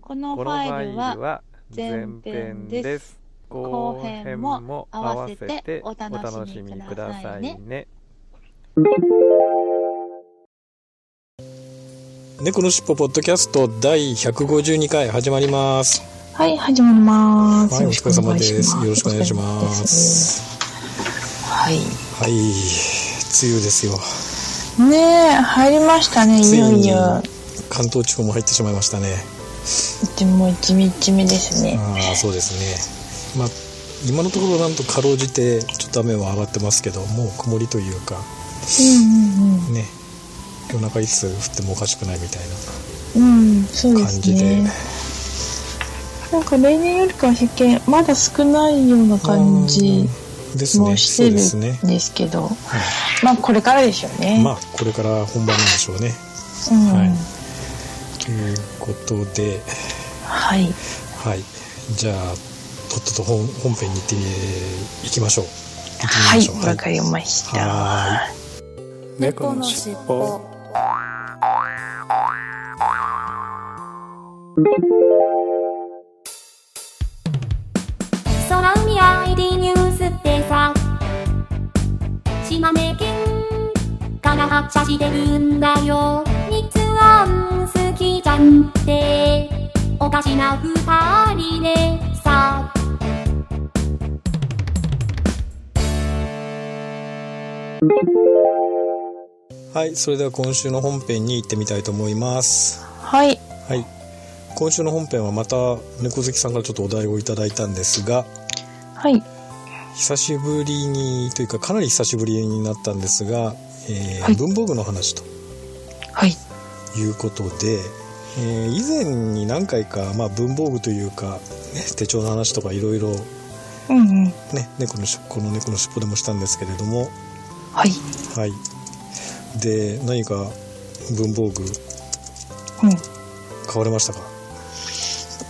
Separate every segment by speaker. Speaker 1: こ
Speaker 2: この
Speaker 1: のフ
Speaker 2: ファ
Speaker 1: ァイ
Speaker 2: イ
Speaker 1: ル
Speaker 2: ル
Speaker 1: は
Speaker 2: は
Speaker 1: 前
Speaker 2: 前
Speaker 1: 編
Speaker 2: 編
Speaker 1: です
Speaker 2: です。後編も合わせてお楽しみくださいね。
Speaker 3: 猫のしっぽポッドキャスト第152回始まります。
Speaker 1: はい始まります、
Speaker 3: はい、お疲れ様です。よろしくお願いし
Speaker 1: お疲れ
Speaker 3: ま
Speaker 1: 様です
Speaker 3: す。
Speaker 1: はい
Speaker 3: はい、梅雨ですよ。
Speaker 1: ねえ入りましたねい
Speaker 3: つい
Speaker 1: よい
Speaker 3: に
Speaker 1: よ
Speaker 3: 関東地方も入ってしまいましたね。
Speaker 1: でも一味一味ですね
Speaker 3: ああ、そうですね。まあ、今のところなんとかろうじてちょっと雨は上がってますけど、もう曇りというか、
Speaker 1: う
Speaker 3: ね、夜中いつ降ってもおかしくないみたい
Speaker 1: んうんうんうんそうで
Speaker 3: な感
Speaker 1: す
Speaker 3: じで。
Speaker 1: ねなんか例年よりかは湿気まだ少ないような感じ
Speaker 3: うんです
Speaker 1: も
Speaker 3: ね。
Speaker 1: し
Speaker 3: そ
Speaker 1: て
Speaker 3: う
Speaker 1: る
Speaker 3: ですね。
Speaker 1: んですけどまあこれからでしょうね、
Speaker 3: まあ、これから本番なんでしょうね。
Speaker 1: うん
Speaker 3: はいということで、
Speaker 1: はい、
Speaker 3: はい、じゃあとっとと本本編に行っていきましょう。
Speaker 1: は
Speaker 3: 行ってみましょう
Speaker 1: いわかりました
Speaker 3: は
Speaker 4: 猫
Speaker 5: 猫
Speaker 4: の
Speaker 5: の
Speaker 4: し
Speaker 5: し
Speaker 4: っ
Speaker 5: っ
Speaker 4: ぽ
Speaker 5: ぽ。
Speaker 6: 空海 ID ニュースってさ島根県から発車してるんだよ日アン好きじゃんっておかしな二人でさ
Speaker 3: はい、それでは今週の本編に行ってみたいと思います。
Speaker 1: はい
Speaker 3: はい、今週の本編はまた猫好きさんからちょっとお題をいただいたんですが、
Speaker 1: はい
Speaker 3: 久しぶりにというかかなり久しぶりになったんですが、えー
Speaker 1: はい
Speaker 3: 文房具の話と
Speaker 1: はい
Speaker 3: いうことで、えー以前に何回か、まあ、文房具というか、ね、手帳の話とかいろいろ
Speaker 1: うんうん
Speaker 3: ね、猫のしこの猫の尻尾でもしたんですけれども、
Speaker 1: はい
Speaker 3: はい。で、何か文房具
Speaker 1: うん
Speaker 3: 買われましたか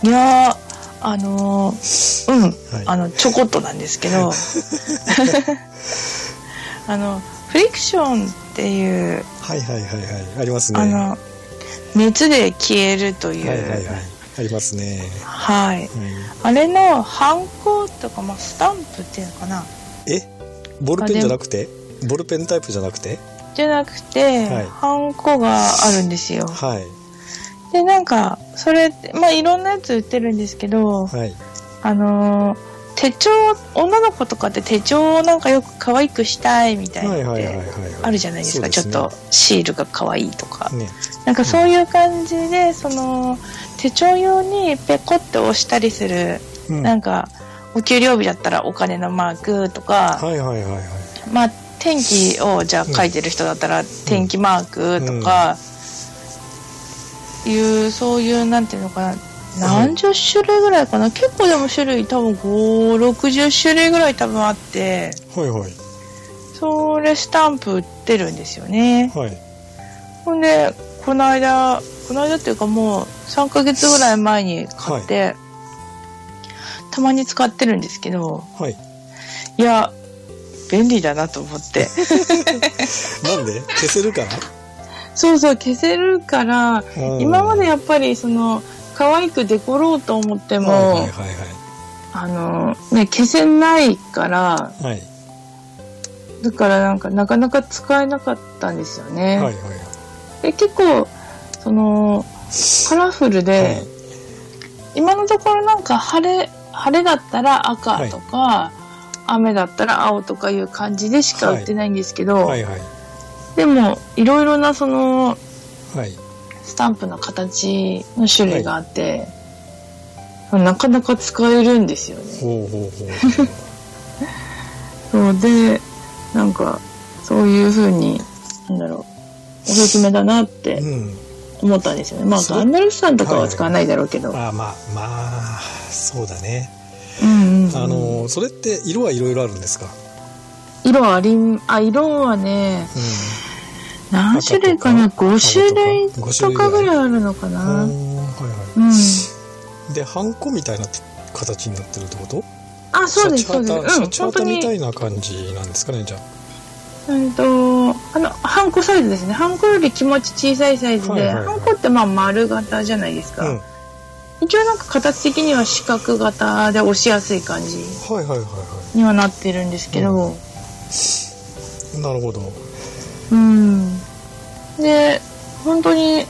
Speaker 1: いやーあのーうん、
Speaker 3: はい
Speaker 1: あのちょこっとなんです けど あのフリクションっていう、
Speaker 3: はいはいはいはい。ありますね。
Speaker 1: あ
Speaker 3: は
Speaker 1: の熱で消えるとい
Speaker 3: いうは
Speaker 1: はいい
Speaker 3: はい。ありますね。は、
Speaker 1: あれのハンコとか、まあ、スタンプっていうのかない
Speaker 3: えボールペンじゃなくてボールペンタイプじゃなくて
Speaker 1: じゃなくて、
Speaker 3: はい
Speaker 1: ハンコがあるんですよ
Speaker 3: はい。
Speaker 1: でなんかそれってまあいろんなやつ売ってるんですけど、
Speaker 3: はい。
Speaker 1: あのー手帳女の子とかって手帳をなんかよく可愛くしたいみたいな
Speaker 3: は
Speaker 1: の
Speaker 3: い
Speaker 1: って、
Speaker 3: はいはいはい。
Speaker 1: あるじゃないですか
Speaker 3: そう
Speaker 1: ちょっとシールが可愛いとか、
Speaker 3: ね。ね。
Speaker 1: なんかそういう感じでその手帳用にペコって押したりする、
Speaker 3: うん
Speaker 1: なんかお給料日だったらお金のマークとか、
Speaker 3: はいはいはいはい。
Speaker 1: まあ天気をじゃあ書いてる人だったら天気マークとか、いうそういうなんていうのかな何十種類ぐらいかな結構でも種類多分560種類ぐらい多分あって
Speaker 3: はいはい。
Speaker 1: それスタンプ売ってるんですよね
Speaker 3: はい。
Speaker 1: ほんでこの間この間っていうかもう3ヶ月ぐらい前に買って、たまに使ってるんですけど
Speaker 3: はい。
Speaker 1: いや便利だなと 思って
Speaker 3: なんで消せるから
Speaker 1: そうそう消せるから今までやっぱりその可愛くデコろうと思って
Speaker 3: で
Speaker 1: も、
Speaker 3: はいはいはい
Speaker 1: あのね消せないから
Speaker 3: はい。はい。
Speaker 1: だからなんかなかなか使えなかったんですよね、
Speaker 3: はいはい
Speaker 1: で結構そのカラフルで、
Speaker 3: はい
Speaker 1: 今のところなんか晴れ晴れだったら赤とか、雨だったら青とかいう感じでしか売ってないんですけど、
Speaker 3: はいはい。
Speaker 1: でもいろいろなその
Speaker 3: はい。
Speaker 1: スタンプの形の種類があって、なかなか使えるんですよね。
Speaker 3: ほうほうほう。
Speaker 1: そうでなんかそういう風になんだろうおすすめだなって
Speaker 3: うん。
Speaker 1: 思ったんですよねまあ
Speaker 3: そう
Speaker 1: ガンダルフさんとかは使わないだろうけど、
Speaker 3: あまあまあそうだね、
Speaker 1: うんうん
Speaker 3: あのそれって色はいろいろあるんですか、
Speaker 1: 色はありんあ色はね
Speaker 3: う
Speaker 1: 何種類かな
Speaker 3: 赤とか
Speaker 1: 5種類
Speaker 3: 青とか5
Speaker 1: とかぐらいあるのか
Speaker 3: ん
Speaker 1: なうん
Speaker 3: おーはいはい、でハンコみたいな形になってるってこと
Speaker 1: あそうですそうですう
Speaker 3: シャ
Speaker 1: ん
Speaker 3: チハ
Speaker 1: 本当
Speaker 3: タみた
Speaker 1: に
Speaker 3: いな感じなんですかねじゃあ
Speaker 1: うんとあのハンコサイズですねハンコより気持ち小さいサイズで、
Speaker 3: はいはいはい
Speaker 1: ハンコってまあ丸型じゃないですか、
Speaker 3: うん
Speaker 1: 一応なんか形的には四角型で押しやすい感じ
Speaker 3: はいはいはいは
Speaker 1: にはなってるんですけど
Speaker 3: いなるほど
Speaker 1: うん、で本当に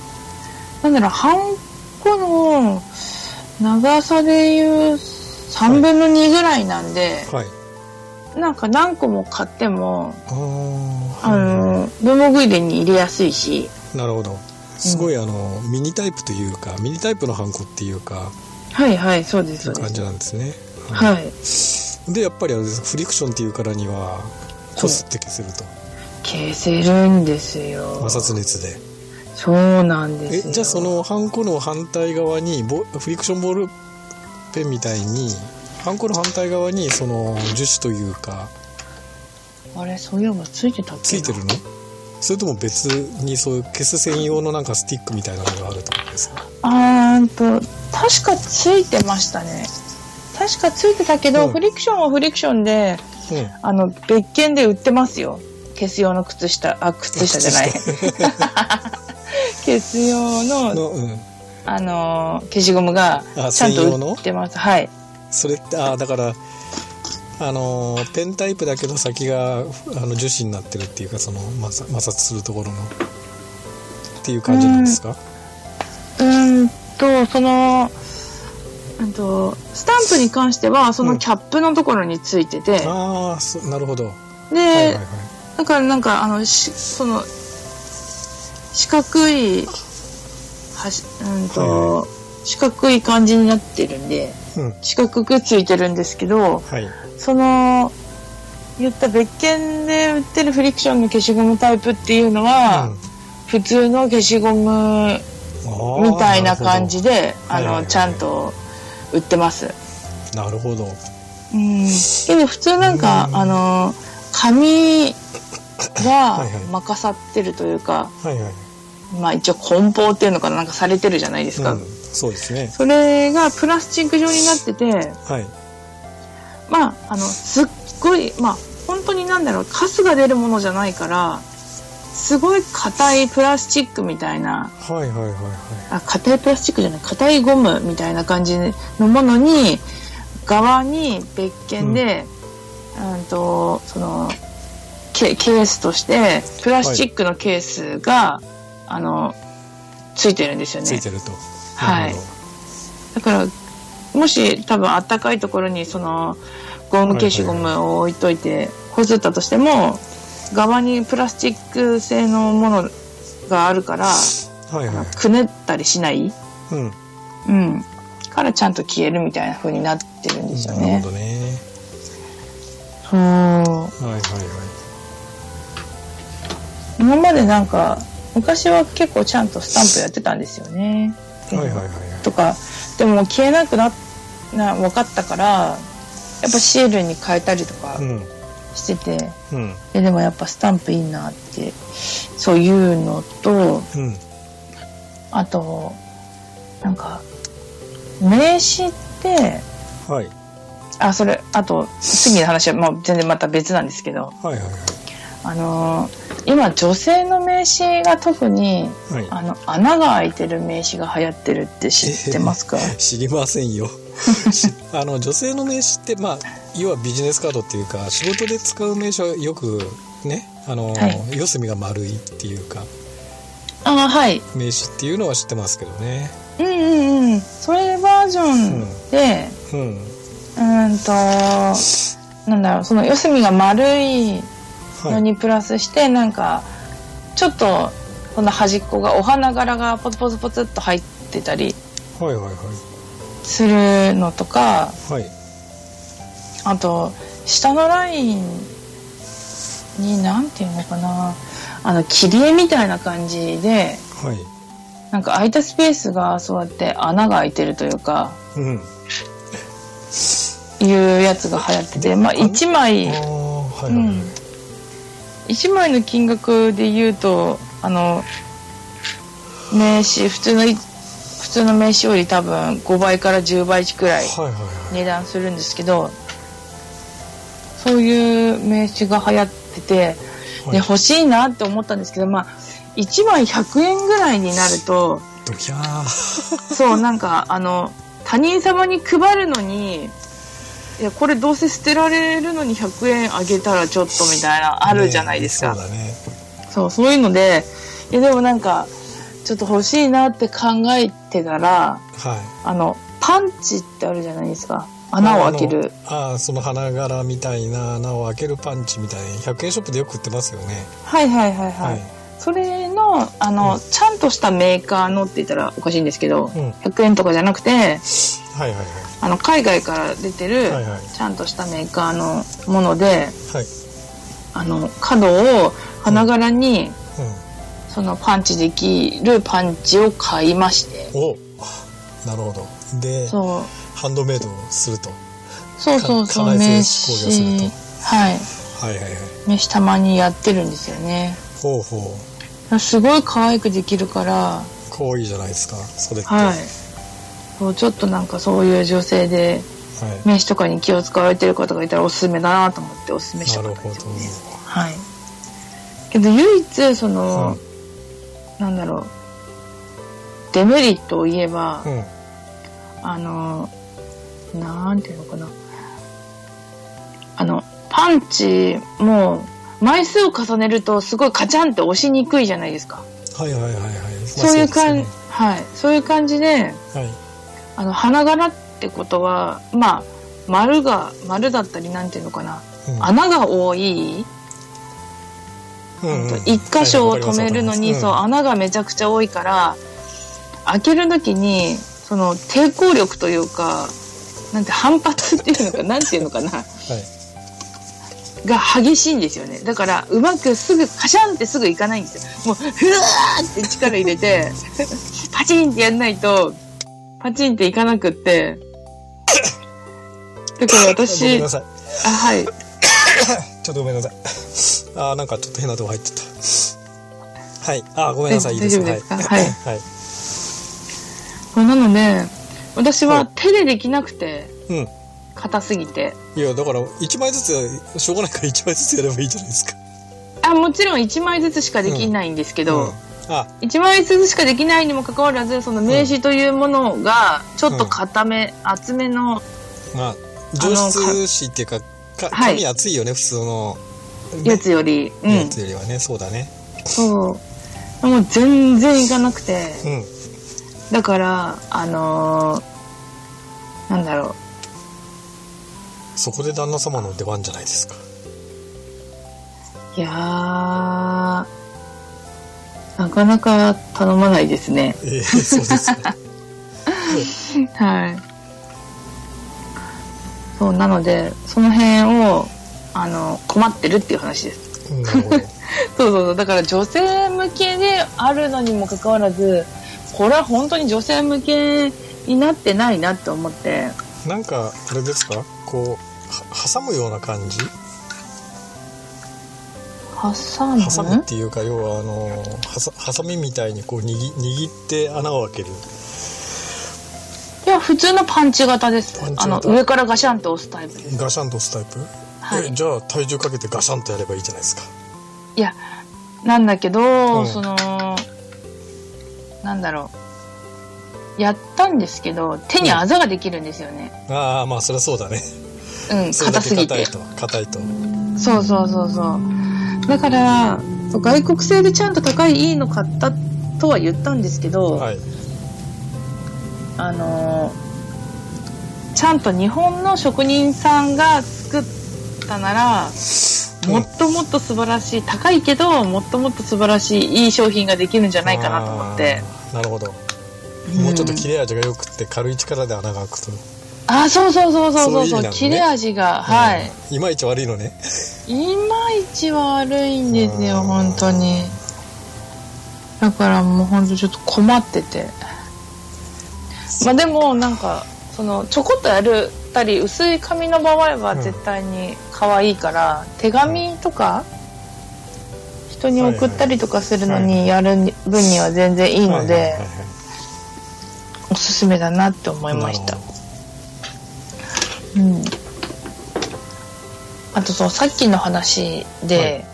Speaker 1: なんだろうハンコの長さでいう3分の2ぐらいなんで、
Speaker 3: はい
Speaker 1: なんか何個も買っても
Speaker 3: あー
Speaker 1: あの文房具入れに入れやすいし
Speaker 3: なるほどすごいあのミニタイプというかミニタイプのハンコっていうか
Speaker 1: はいはいそうですそうで
Speaker 3: 感
Speaker 1: す
Speaker 3: じなんですね
Speaker 1: はい
Speaker 3: でやっぱりあれですフリクションっていうからにはこすって消せると
Speaker 1: 消せるんです
Speaker 3: 摩
Speaker 1: よ
Speaker 3: 擦熱で
Speaker 1: そうなんで
Speaker 3: え
Speaker 1: すよ
Speaker 3: じゃあそのハンコの反対側にボフリクションボールペンみたいにハンコの反対側にその樹脂というか
Speaker 1: あれそういえばついてたっけ
Speaker 3: ついてるのそれとも別にそういう消す専用のなんかスティックみたいなのがあるってことですか
Speaker 1: あーんと確かついてましたね確かついてたけど、
Speaker 3: うん
Speaker 1: フリクションはフリクションで
Speaker 3: うん
Speaker 1: あの別件で売ってますよ消す用の靴下あ靴下じゃない 消す用の
Speaker 3: の、うん、
Speaker 1: あのー消しゴムが
Speaker 3: あ
Speaker 1: ちゃん
Speaker 3: 専用の
Speaker 1: と売ってますはい
Speaker 3: それってああだからあのーペンタイプだけど先があの樹脂になってるっていうかその摩擦摩擦するところのっていう感じなんですか、
Speaker 1: うーんとそのうんとスタンプに関してはそのキャップのところについてて、
Speaker 3: ああそうなるほど、
Speaker 1: で、
Speaker 3: はいはいはい
Speaker 1: だからなんかあのしその四角いはしうんと、
Speaker 3: は
Speaker 1: 四角い感じになってるんで
Speaker 3: うん
Speaker 1: 四角くついてるんですけど
Speaker 3: はい
Speaker 1: その言った別件で売ってるフリクションの消しゴムタイプっていうのは、
Speaker 3: うん
Speaker 1: 普通の消しゴム
Speaker 3: あー
Speaker 1: みたいな感じであ
Speaker 3: なるほどはいはいは
Speaker 1: の
Speaker 3: い
Speaker 1: ちゃんと売ってます。
Speaker 3: なるほど
Speaker 1: うん、けど普通なんか、
Speaker 3: うん
Speaker 1: あの紙が
Speaker 3: はいはい
Speaker 1: 任さってるというか
Speaker 3: はいはい
Speaker 1: まあ一応梱包っていうのかななんかされてるじゃないですか、
Speaker 3: うん、そうですね
Speaker 1: それがプラスチック状になってて
Speaker 3: はい
Speaker 1: まああのすっごいまあ本当になんだろうカスが出るものじゃないからすごい硬いプラスチックみたいな
Speaker 3: はいはいはいはい
Speaker 1: あ硬いプラスチックじゃない硬いゴムみたいな感じのものに側に別件で、うん、とそのケケースとしてプラスチックのケースが、あのついてるんですよ
Speaker 3: つい
Speaker 1: ね
Speaker 3: てると
Speaker 1: はい
Speaker 3: なるほ
Speaker 1: だからもし多分あったかいところにそのゴム消しゴムを置いといてこすったとしても側にプラスチック製のものがあるから
Speaker 3: どはいはい
Speaker 1: くねったりしない
Speaker 3: うん
Speaker 1: うん、からちゃんと消えるみたいな風になってるんですよ
Speaker 3: なる
Speaker 1: ね
Speaker 3: ほ。どね
Speaker 1: そう
Speaker 3: はいはいはい
Speaker 1: 今までなんか昔は結構ちゃんとスタンプやってたんですよね。
Speaker 3: はいはいはいはい
Speaker 1: とかでも消えなくなな分かったからやっぱシールに変えたりとか
Speaker 3: うん
Speaker 1: してて、
Speaker 3: うん
Speaker 1: ででもやっぱスタンプいいなってそういうのと
Speaker 3: うん
Speaker 1: あとなんか名刺って
Speaker 3: はいはい
Speaker 1: あそれあと次の話は、まあ、全然また別なんですけど。
Speaker 3: はいはい
Speaker 1: あのー今女性の名刺が特に
Speaker 3: はい
Speaker 1: あの穴が開いてる名刺が流行ってるって知ってますか
Speaker 3: 知りません よしあの女性の名刺ってまあ要はビジネスカードっていうか仕事で使う名刺はよくねあの、
Speaker 1: はい
Speaker 3: 四隅が丸いっていうか
Speaker 1: ああはい
Speaker 3: 名刺っていうのは知ってますけどね
Speaker 1: うんうんうんそれバージョンで
Speaker 3: うん
Speaker 1: うーんとなんだろうその四隅が丸い
Speaker 3: は
Speaker 1: の
Speaker 3: い
Speaker 1: にプラスして、なんかちょっとこの端っこがお花柄がポツポツポツっと入ってたり
Speaker 3: はいはいはい
Speaker 1: するのとか
Speaker 3: はい
Speaker 1: あと下のラインに何ていうのかなあの切り絵みたいな感じで
Speaker 3: はい
Speaker 1: なんか空いたスペースがそうやって穴が開いてるというか、
Speaker 3: うん。
Speaker 1: いうやつが流行ってて、まあ1枚、
Speaker 3: ああ、はいうはい。
Speaker 1: ん、1枚の金額で言うとあの名刺普通のい普通の名刺より多分5倍から10倍くらい
Speaker 3: はいはいは
Speaker 1: 値段するんですけどそういう名刺が流行ってて、
Speaker 3: い。
Speaker 1: で
Speaker 3: はい、
Speaker 1: 欲しいなって思ったんですけどまあ1枚100円ぐらいになると
Speaker 3: ドキャー。
Speaker 1: そうなんかあの他人様に配るのにいやこれどうせ捨てられるのに100円あげたらちょっとみたいなあるじゃないですか。
Speaker 3: ねそうだね。
Speaker 1: そう、そういうので、いやでもなんか、ちょっと欲しいなって考えてたら、
Speaker 3: はい。
Speaker 1: あの、パンチってあるじゃないですか。穴を開ける。
Speaker 3: あの。ああ、その花柄みたいな穴を開けるパンチみたいな、100円ショップでよく売ってますよね。
Speaker 1: はいはいはいは。
Speaker 3: はいい。
Speaker 1: それの、あの、ちゃんとしたメーカーのって言ったらおかしいんですけど、
Speaker 3: うん
Speaker 1: 100円とかじゃなくて、
Speaker 3: はいはい
Speaker 1: あの、海外から出てる、
Speaker 3: はいはい
Speaker 1: ちゃんとしたメーカーのもので、
Speaker 3: はい。はい。
Speaker 1: あの、角を花柄に、
Speaker 3: うん。
Speaker 1: そのパンチできるパンチを買いまして、
Speaker 3: おなるほどで
Speaker 1: そう、
Speaker 3: ハンドメイドをすると
Speaker 1: そうそうそう、
Speaker 3: か
Speaker 1: 名
Speaker 3: 家内
Speaker 1: 刺
Speaker 3: 製紙工業すると
Speaker 1: はい。
Speaker 3: はいはいはい
Speaker 1: 名刺たまにやってるんですよね。
Speaker 3: ほうほう
Speaker 1: すごい可愛くできるから、
Speaker 3: かわいいじゃないですかそれって
Speaker 1: はい。そうちょっとなんかそういう女性で
Speaker 3: はい
Speaker 1: 名刺とかに気を使われてる方がいたらおすすめだなと思っておすすめし
Speaker 3: な
Speaker 1: たか
Speaker 3: る
Speaker 1: ったん
Speaker 3: ほ
Speaker 1: です
Speaker 3: ど
Speaker 1: よね。はい。けど唯一その、なんだろう。デメリットを言えば、
Speaker 3: うん
Speaker 1: あの、なんていうのかな。あの、パンチも、枚数を重ねるとすごいカチャンって押しにくいじゃないですか。
Speaker 3: はいはいはいはい、まあ
Speaker 1: そうい
Speaker 3: ですよ
Speaker 1: う感
Speaker 3: ね
Speaker 1: じ、はい。そういう感じで、
Speaker 3: はい
Speaker 1: あの、花柄ってことは、まあ、丸が、丸だったり、なんていうのかな。穴が多い。
Speaker 3: うんうんうん
Speaker 1: 一箇所を止めるのに、
Speaker 3: はい
Speaker 1: そう、
Speaker 3: わか
Speaker 1: 穴がめちゃくちゃ多いから、開けるときに、その、抵抗力というか、なんて反発っていうの か、なんていうのかな。
Speaker 3: りますわかりますはい
Speaker 1: が激しいんですよねだからうまくすぐカシャンってすぐいかないんですよもうふわーって力入れて パチンってやんないとパチンっていかなくって だから
Speaker 3: ごめん
Speaker 1: 私あ
Speaker 3: なさい
Speaker 1: はい
Speaker 3: ちょっとごめんなさい あーなんかちょっと変なとこ入っちゃったはいあーごめんなさいいい
Speaker 1: 大
Speaker 3: で
Speaker 1: 丈
Speaker 3: す
Speaker 1: 夫ですか
Speaker 3: はい
Speaker 1: はい
Speaker 3: はい
Speaker 1: まあなので私
Speaker 3: は
Speaker 1: はい手でできなくて
Speaker 3: うん
Speaker 1: 硬すぎて
Speaker 3: いやだから一枚ずつしょうがないから一枚ずつやればいいじゃないですか
Speaker 1: あもちろん1枚ずつしかできないんですけど、
Speaker 3: うんあ
Speaker 1: 1枚ずつしかできないにもかかわらずその名刺というものがちょっと硬め、厚めの
Speaker 3: まあ上質紙っていうかか
Speaker 1: はい
Speaker 3: 紙厚いよね、普通の、ね
Speaker 1: やつより、うん、
Speaker 3: やつよりはね、そうだね
Speaker 1: そう。もう全然いかなくて。
Speaker 3: うん
Speaker 1: だから、あのーなんだろ
Speaker 3: そこで旦那様の出番じゃないですか
Speaker 1: う。いやー、なかなか頼まないですね。
Speaker 3: ええそうですか
Speaker 1: はい。そう、なので、その辺を、あの、困ってるっていう話です。
Speaker 3: うんなるほど
Speaker 1: そうそうそう。だから女性向けであるのにもかかわらず、これは本当に女性向けになってないなって思って。
Speaker 3: なんかあれですかこうは挟むような感じ
Speaker 1: 挟む
Speaker 3: 挟むっていうか要はあのはさハサミみたいにこう握握って穴を開ける
Speaker 1: いや、普通のパンチ型です
Speaker 3: パン。チ
Speaker 1: あの、
Speaker 3: 型
Speaker 1: 上からガシャンと押すタイプです。
Speaker 3: ガシャンと押すタイプ、
Speaker 1: はい
Speaker 3: えじゃあ体重かけてガシャンとやればいいじゃないですか
Speaker 1: いや、なんだけど、
Speaker 3: うん
Speaker 1: その、なんだろう。やったんですけど、手にあざができるんですよね。
Speaker 3: ああまあそりゃそうだね
Speaker 1: うん、
Speaker 3: それだけ
Speaker 1: 硬すぎ
Speaker 3: 硬い
Speaker 1: て。
Speaker 3: と硬いと
Speaker 1: そうそうそうそう。だから、外国製でちゃんと高いいいの買ったとは言ったんですけど、
Speaker 3: はい
Speaker 1: あのーちゃんと日本の職人さんが作ったならもっともっと素晴らしい高いけどもっともっと素晴らしいいい商品ができるんじゃないかなと思って
Speaker 3: あーなるほど
Speaker 1: ん
Speaker 3: もうちょっと切れ味が良くって軽い力で穴が開くと、
Speaker 1: ああそうそうそうそうそう
Speaker 3: そういう意味な
Speaker 1: そう
Speaker 3: のね
Speaker 1: 切れ味がはい、
Speaker 3: いいまいち悪いのね
Speaker 1: いまいち悪いんですよ
Speaker 3: うん
Speaker 1: 本当にだからもうほんとちょっと困っててまあでもなんかそのちょこっとやるたり薄い紙の場合は絶対に可愛いから、手紙とか人に送ったりとかするのにやる分には全然いい
Speaker 3: はい
Speaker 1: ので、
Speaker 3: はいはいはい
Speaker 1: おすすめだなって思いました
Speaker 3: なるほど
Speaker 1: うんあとそのさっきの話で、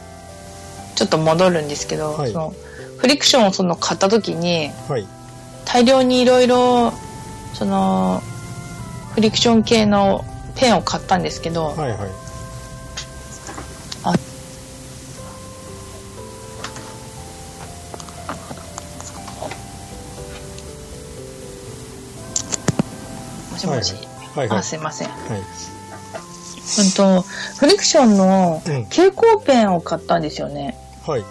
Speaker 3: はい
Speaker 1: ちょっと戻るんですけど、
Speaker 3: はい
Speaker 1: そのフリクションをその買った時に
Speaker 3: はい
Speaker 1: 大量にいろいろそのフリクション系のペンを買ったんですけど、
Speaker 3: はいはい
Speaker 1: もしもし、
Speaker 3: はいはい
Speaker 1: あすいませんうん
Speaker 3: はい
Speaker 1: とフリクションの
Speaker 3: うん
Speaker 1: 蛍光ペンを買ったんですよね
Speaker 3: はい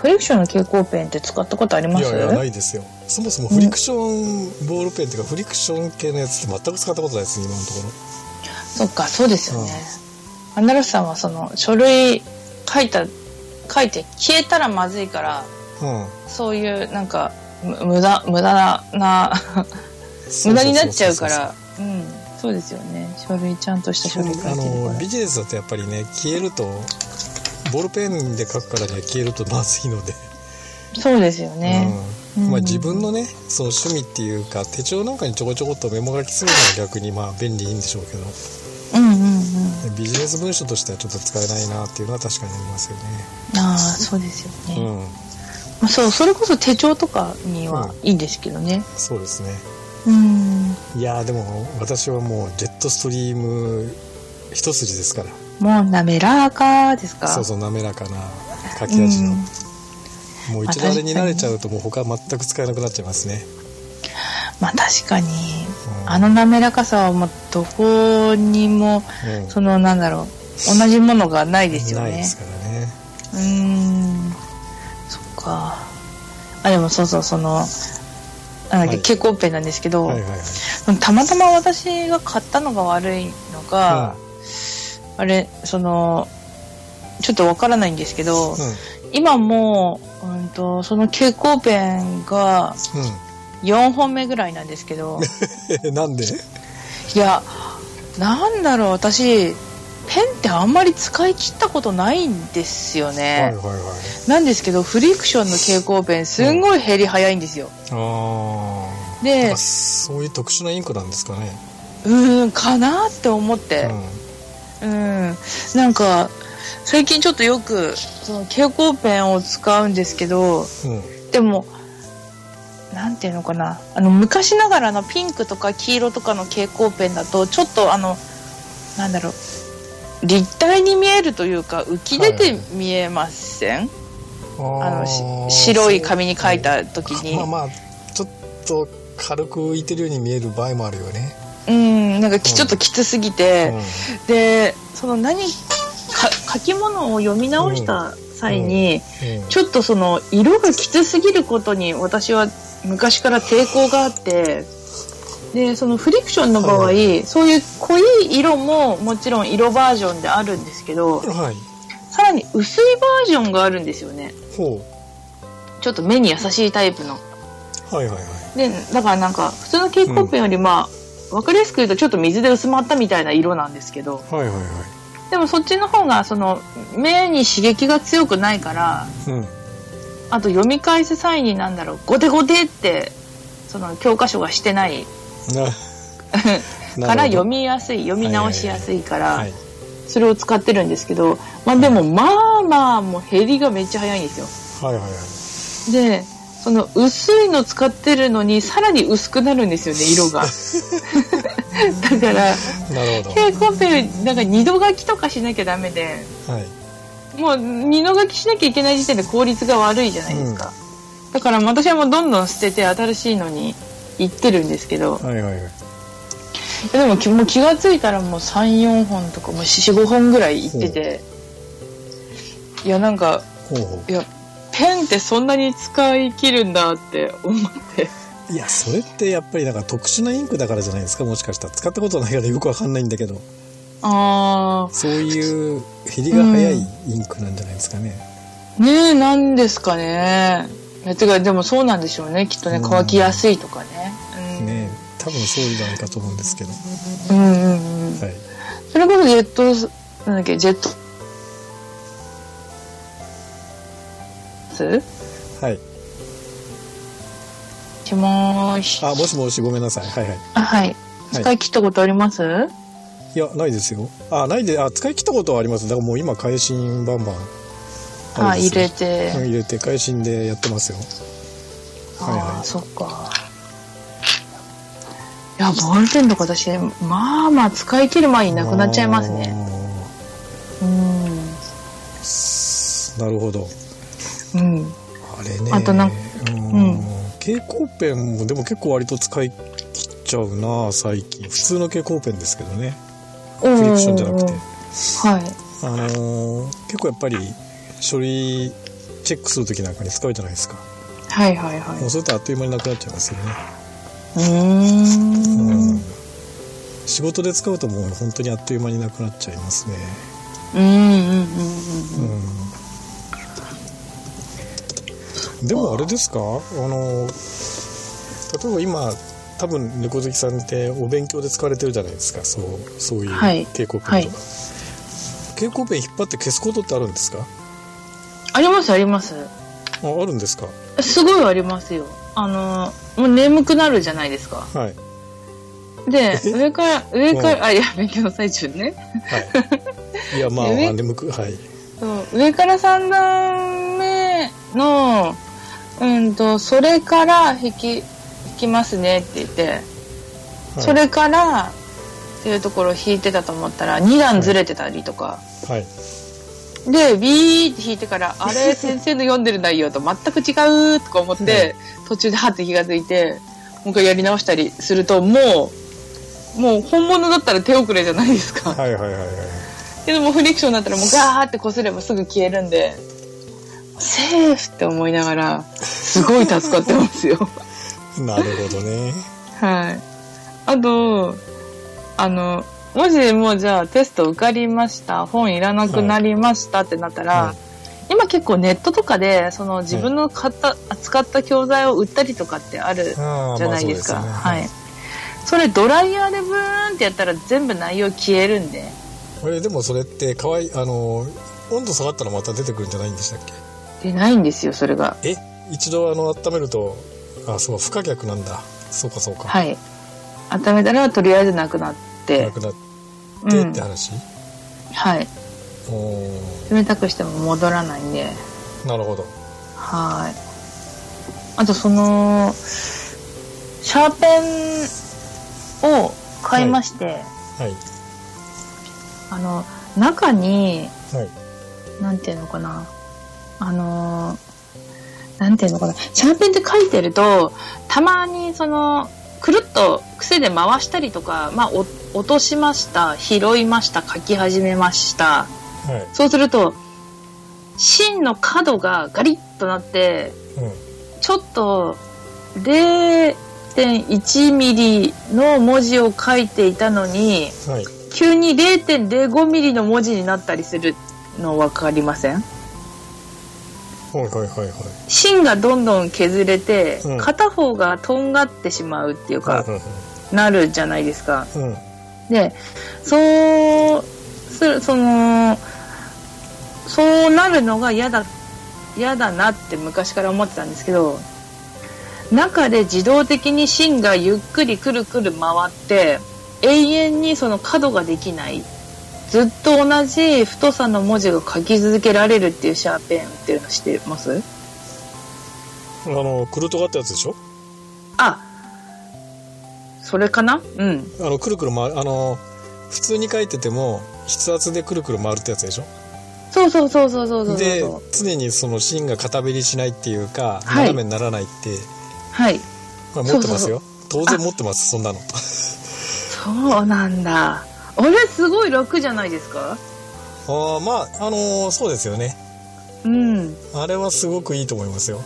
Speaker 1: フリクションの蛍光ペンって使ったことありま
Speaker 3: い
Speaker 1: す
Speaker 3: やいやないですよそもそもフリクションボールペンっていうかフリクション系のやつって全く使ったことないです今のとこ
Speaker 1: そっか、そうですよね。アナロスさんはその書類書いた、書いて消えたらまずいから、
Speaker 3: ろうん
Speaker 1: そういうなんかむ無駄、無駄な、
Speaker 3: そうそうそうそう
Speaker 1: 無駄になっちゃうから、うん、そうですよね。書類ちゃんとした書類書いて
Speaker 3: あ
Speaker 1: るか
Speaker 3: のビジネスだとやっぱりね消えるとボールペンで書くからには消えるとまずいので、
Speaker 1: ら。そうですよね。
Speaker 3: うんまあ、
Speaker 1: うん
Speaker 3: 自分のねその趣味っていうか手帳なんかにちょこちょこっとメモ書きするのは逆にまあ便利いいんでしょうけど
Speaker 1: うん、うん、うん。
Speaker 3: ビジネス文書としてはちょっと使えないなっていうのは確かにありますよね。
Speaker 1: ああ、そうですよね。
Speaker 3: うん、
Speaker 1: まあ、そう、それこそ手帳とかにはいいんですけどね。
Speaker 3: そうですね
Speaker 1: うん。
Speaker 3: いやーでも私はもうジェットストリーム一筋ですから
Speaker 1: もう滑らかですか
Speaker 3: そうそう滑らかな書き味の、
Speaker 1: うん
Speaker 3: もう一度あれに慣れちゃうともう他は全く使えなくなっちゃいますね、
Speaker 1: まあ確かに、
Speaker 3: うん
Speaker 1: あの滑らかさはもうどこにも、
Speaker 3: うん
Speaker 1: そのなんだろう同じものがないですよ
Speaker 3: ないで
Speaker 1: ね
Speaker 3: すからね
Speaker 1: うーんそっかあでもそうそうそのなんだっ
Speaker 3: はい
Speaker 1: け蛍光ペンなんですけど、
Speaker 3: はいはいはい
Speaker 1: たまたま私が買ったのが悪いのが、あれそのちょっとわからないんですけど、
Speaker 3: う
Speaker 1: 今もう、うん、とその蛍光ペンが
Speaker 3: んうん
Speaker 1: 4本目ぐらいなんですけど
Speaker 3: えなんで
Speaker 1: いやなんだろう私ペンってあんまり使い切ったことないんですよ
Speaker 3: はい
Speaker 1: ね
Speaker 3: はい、はい
Speaker 1: なんですけどフリクションの蛍光ペンすんごい減り早いんですよ、
Speaker 3: ああ
Speaker 1: で
Speaker 3: そういう特殊なインクなんですかね
Speaker 1: うーんかなって思っ
Speaker 3: う
Speaker 1: て
Speaker 3: ん
Speaker 1: うんなんか最近ちょっとよくその蛍光ペンを使うんですけど
Speaker 3: うん
Speaker 1: でもなんていうのかなあの昔ながらのピンクとか黄色とかの蛍光ペンだとちょっとあのなんだろう立体に見えるというか浮き出て見えません、あのし
Speaker 3: ー
Speaker 1: 白い紙に書いた時に
Speaker 3: まあまあちょっと軽く浮いてるように見える場合もあるよね、
Speaker 1: うんなんかき
Speaker 3: うん
Speaker 1: ちょっときつすぎ
Speaker 3: うん
Speaker 1: て、でその何か書き物を読み直した際に、
Speaker 3: うん
Speaker 1: ちょっとその色がきつすぎることに私は昔から抵抗があってでそのフリクションの場合、
Speaker 3: はい
Speaker 1: そういう濃い色ももちろん色バージョンであるんですけど
Speaker 3: はい
Speaker 1: さらに薄いバージョンがあるんですよね
Speaker 3: ほ
Speaker 1: ちょっと目に優しいタイプの
Speaker 3: うはいはいはい
Speaker 1: でだからなんか普通の蛍光ペンよりまあ、分かりやすく言うとちょっと水で薄まったみたいな色なんですけど
Speaker 3: はいはいは
Speaker 1: でもそっちの方がその目に刺激が強くないから
Speaker 3: いうん
Speaker 1: あと読み返す際になんだろうゴテゴテってその教科書がしてない
Speaker 3: な
Speaker 1: から読
Speaker 3: み
Speaker 1: みやすい読み直しやすいから
Speaker 3: はい
Speaker 1: それを使ってるんですけどまあでもまあまあもう減りがめっちゃ早いんですよ。
Speaker 3: はいはいはい
Speaker 1: でその薄いの使ってるのにさらに薄くなるんですよね色 が。だから
Speaker 3: なるほ
Speaker 1: 蛍光ペンなんか二度書きとかしなきゃダメで
Speaker 3: どはい
Speaker 1: もう二度書きしなきゃいけない時点で効率が悪いじゃないですか、だから私はもうどんどん捨てて新しいのに行ってるんですけど
Speaker 3: はいはいはい
Speaker 1: でもきもう気が付いたらもう34本とかもう45本ぐらい行ってて、いやなんか
Speaker 3: ほうほ
Speaker 1: いやペンってそんなに使い切るんだって思って
Speaker 3: ういやそれってやっぱりなんか特殊なインクだからじゃないですかもしかしたら使ったことないからよくわかんないんだけど
Speaker 1: ああ
Speaker 3: そういう減りが早いインクなんじゃないですかね。
Speaker 1: ねえ、なんですかね。いやてか、でもそうなんでしょうね。きっとね、
Speaker 3: うん
Speaker 1: 乾きやすいとかね。うん、
Speaker 3: ね多分そうじゃないかと思うんですけど、は
Speaker 1: うんうんうん。
Speaker 3: い、
Speaker 1: それこそジェットス、なんだっけ、ジェットス
Speaker 3: はい、
Speaker 1: しもーし。
Speaker 3: あもしもしごめんなさいはいはい
Speaker 1: あはい。使い切ったことあります、
Speaker 3: いやないですよあないであ使い切ったことはありますだからもう今返信バンバン
Speaker 1: あ、
Speaker 3: れで
Speaker 1: 入
Speaker 3: すよ
Speaker 1: れて。
Speaker 3: うん入れて返信でやってますよはいはい
Speaker 1: ああそっかいやボールペンとか私まあまあ使い切る前になくなっちゃいますねうん
Speaker 3: あーなるほど
Speaker 1: うん
Speaker 3: あれね
Speaker 1: あとなん
Speaker 3: うん
Speaker 1: うん
Speaker 3: 蛍光ペンもでも結構割と使い切っちゃうな最近普通の蛍光ペンですけどねフリクションじゃなくて
Speaker 1: はい
Speaker 3: あのー結構やっぱり書類チェックする時なんかに使うじゃないですか
Speaker 1: はいはいはい
Speaker 3: もうそれってあっという間になくなっちゃいますよね、
Speaker 1: うーん
Speaker 3: うん仕事で使うともう本当にあっという間になくなっちゃいますね
Speaker 1: うんうんうんうん
Speaker 3: うんでもあれですかあの例えば今多分猫好きさんってお勉強で使われてるじゃないですかそうそういう
Speaker 1: はい
Speaker 3: 蛍光ペンとか、
Speaker 1: はい
Speaker 3: 蛍光ペン引っ張って消すことってあるんですか
Speaker 1: ありますあります
Speaker 3: ああるんですか
Speaker 1: すごいありますよあのもう眠くなるじゃないですか
Speaker 3: はい
Speaker 1: で上から上か
Speaker 3: う
Speaker 1: らあいや勉強の最中ね
Speaker 3: はいい やまあ
Speaker 1: え
Speaker 3: 眠くはい
Speaker 1: そう上から3段目の、うんと、それから引き、引きますねって言って、
Speaker 3: はい
Speaker 1: それからっていうところを引いてたと思ったら、2段ずれてたりとか、
Speaker 3: はい
Speaker 1: で、ビーって引いてから、あれ、先生の読んでる内容と全く違うとか思って、途中でハッて気がついて、もう一回やり直したりすると、もう、もう本物だったら手遅れじゃないですか。
Speaker 3: はいはいはいはい
Speaker 1: けどもうフリクションだったらもうガーって擦ればすぐ消えるんで、セーフって思いながら、すごい助かってますよ。
Speaker 3: なるほどね
Speaker 1: はい。あと、あの、もしもうじゃあテスト受かりました、本いらなくなりましたってなったら、
Speaker 3: はい
Speaker 1: 今結構ネットとかで、その自分の買った、扱った教材を売ったりとかってある
Speaker 3: あー
Speaker 1: じゃないですか。
Speaker 3: まあそう
Speaker 1: はい。それドライヤーでブーンってやったら全部内容消えるんで。
Speaker 3: これでもそれってかわいあの温度下がったらまた出てくるんじゃないんでしたっ
Speaker 1: 出ないんですよ、それが。
Speaker 3: けえ一度あの温めるとあそう不可逆なんだそうかそうか、
Speaker 1: はい。温めたらとりあえずなくなって
Speaker 3: な、くなって
Speaker 1: うん
Speaker 3: って話、
Speaker 1: はい。
Speaker 3: お
Speaker 1: 冷たくしても戻らないんで、
Speaker 3: ーなるほど
Speaker 1: はい。あとその、シャーペンを買いまして、
Speaker 3: はい
Speaker 1: あの、中に、
Speaker 3: はい
Speaker 1: なんていうのかな、あのーなんていうのかな、シャーペンって書いてると、たまにその、くるっと癖で回したりとか、まあ、お落としました、拾いました、書き始めまし
Speaker 3: は
Speaker 1: た。
Speaker 3: い
Speaker 1: そうすると、芯の角がガリッとなって、
Speaker 3: うん
Speaker 1: ちょっと0.1ミリの文字を書いていたのに、
Speaker 3: はい
Speaker 1: 急に0.05ミリの文字になったりするの分かりません
Speaker 3: はいはいはいはい
Speaker 1: 芯がどんどん削れて、
Speaker 3: うん
Speaker 1: 片方がとんがってしまうっていうか、
Speaker 3: はい
Speaker 1: なるじゃないですか。
Speaker 3: うんうん
Speaker 1: で、そうする、その、そうなるのが嫌だ、嫌だなって昔から思ってたんですけど、中で自動的に芯がゆっくりくるくる回って、永遠にその角ができない。ずっと同じ太さの文字が書き続けられるっていうシャーペンっていうのしてます
Speaker 3: あのクルトがったやつでしょ
Speaker 1: あ、それかなうん。
Speaker 3: あのくるくる回るあの普通に書いてても筆圧でくるくる回るってやつでしょ
Speaker 1: そうそうそうそうそうそう
Speaker 3: で
Speaker 1: そう。
Speaker 3: 常にその芯が片べりしないっていうか、
Speaker 1: はい
Speaker 3: 斜めにならないって、
Speaker 1: はい。
Speaker 3: まあ、持ってますよ当然持ってますそんな の
Speaker 1: そうなんだ。あれすごい楽じゃないですか
Speaker 3: ああまああのーそうですよね
Speaker 1: うん。ね
Speaker 3: あれはすごくいいと思いますよ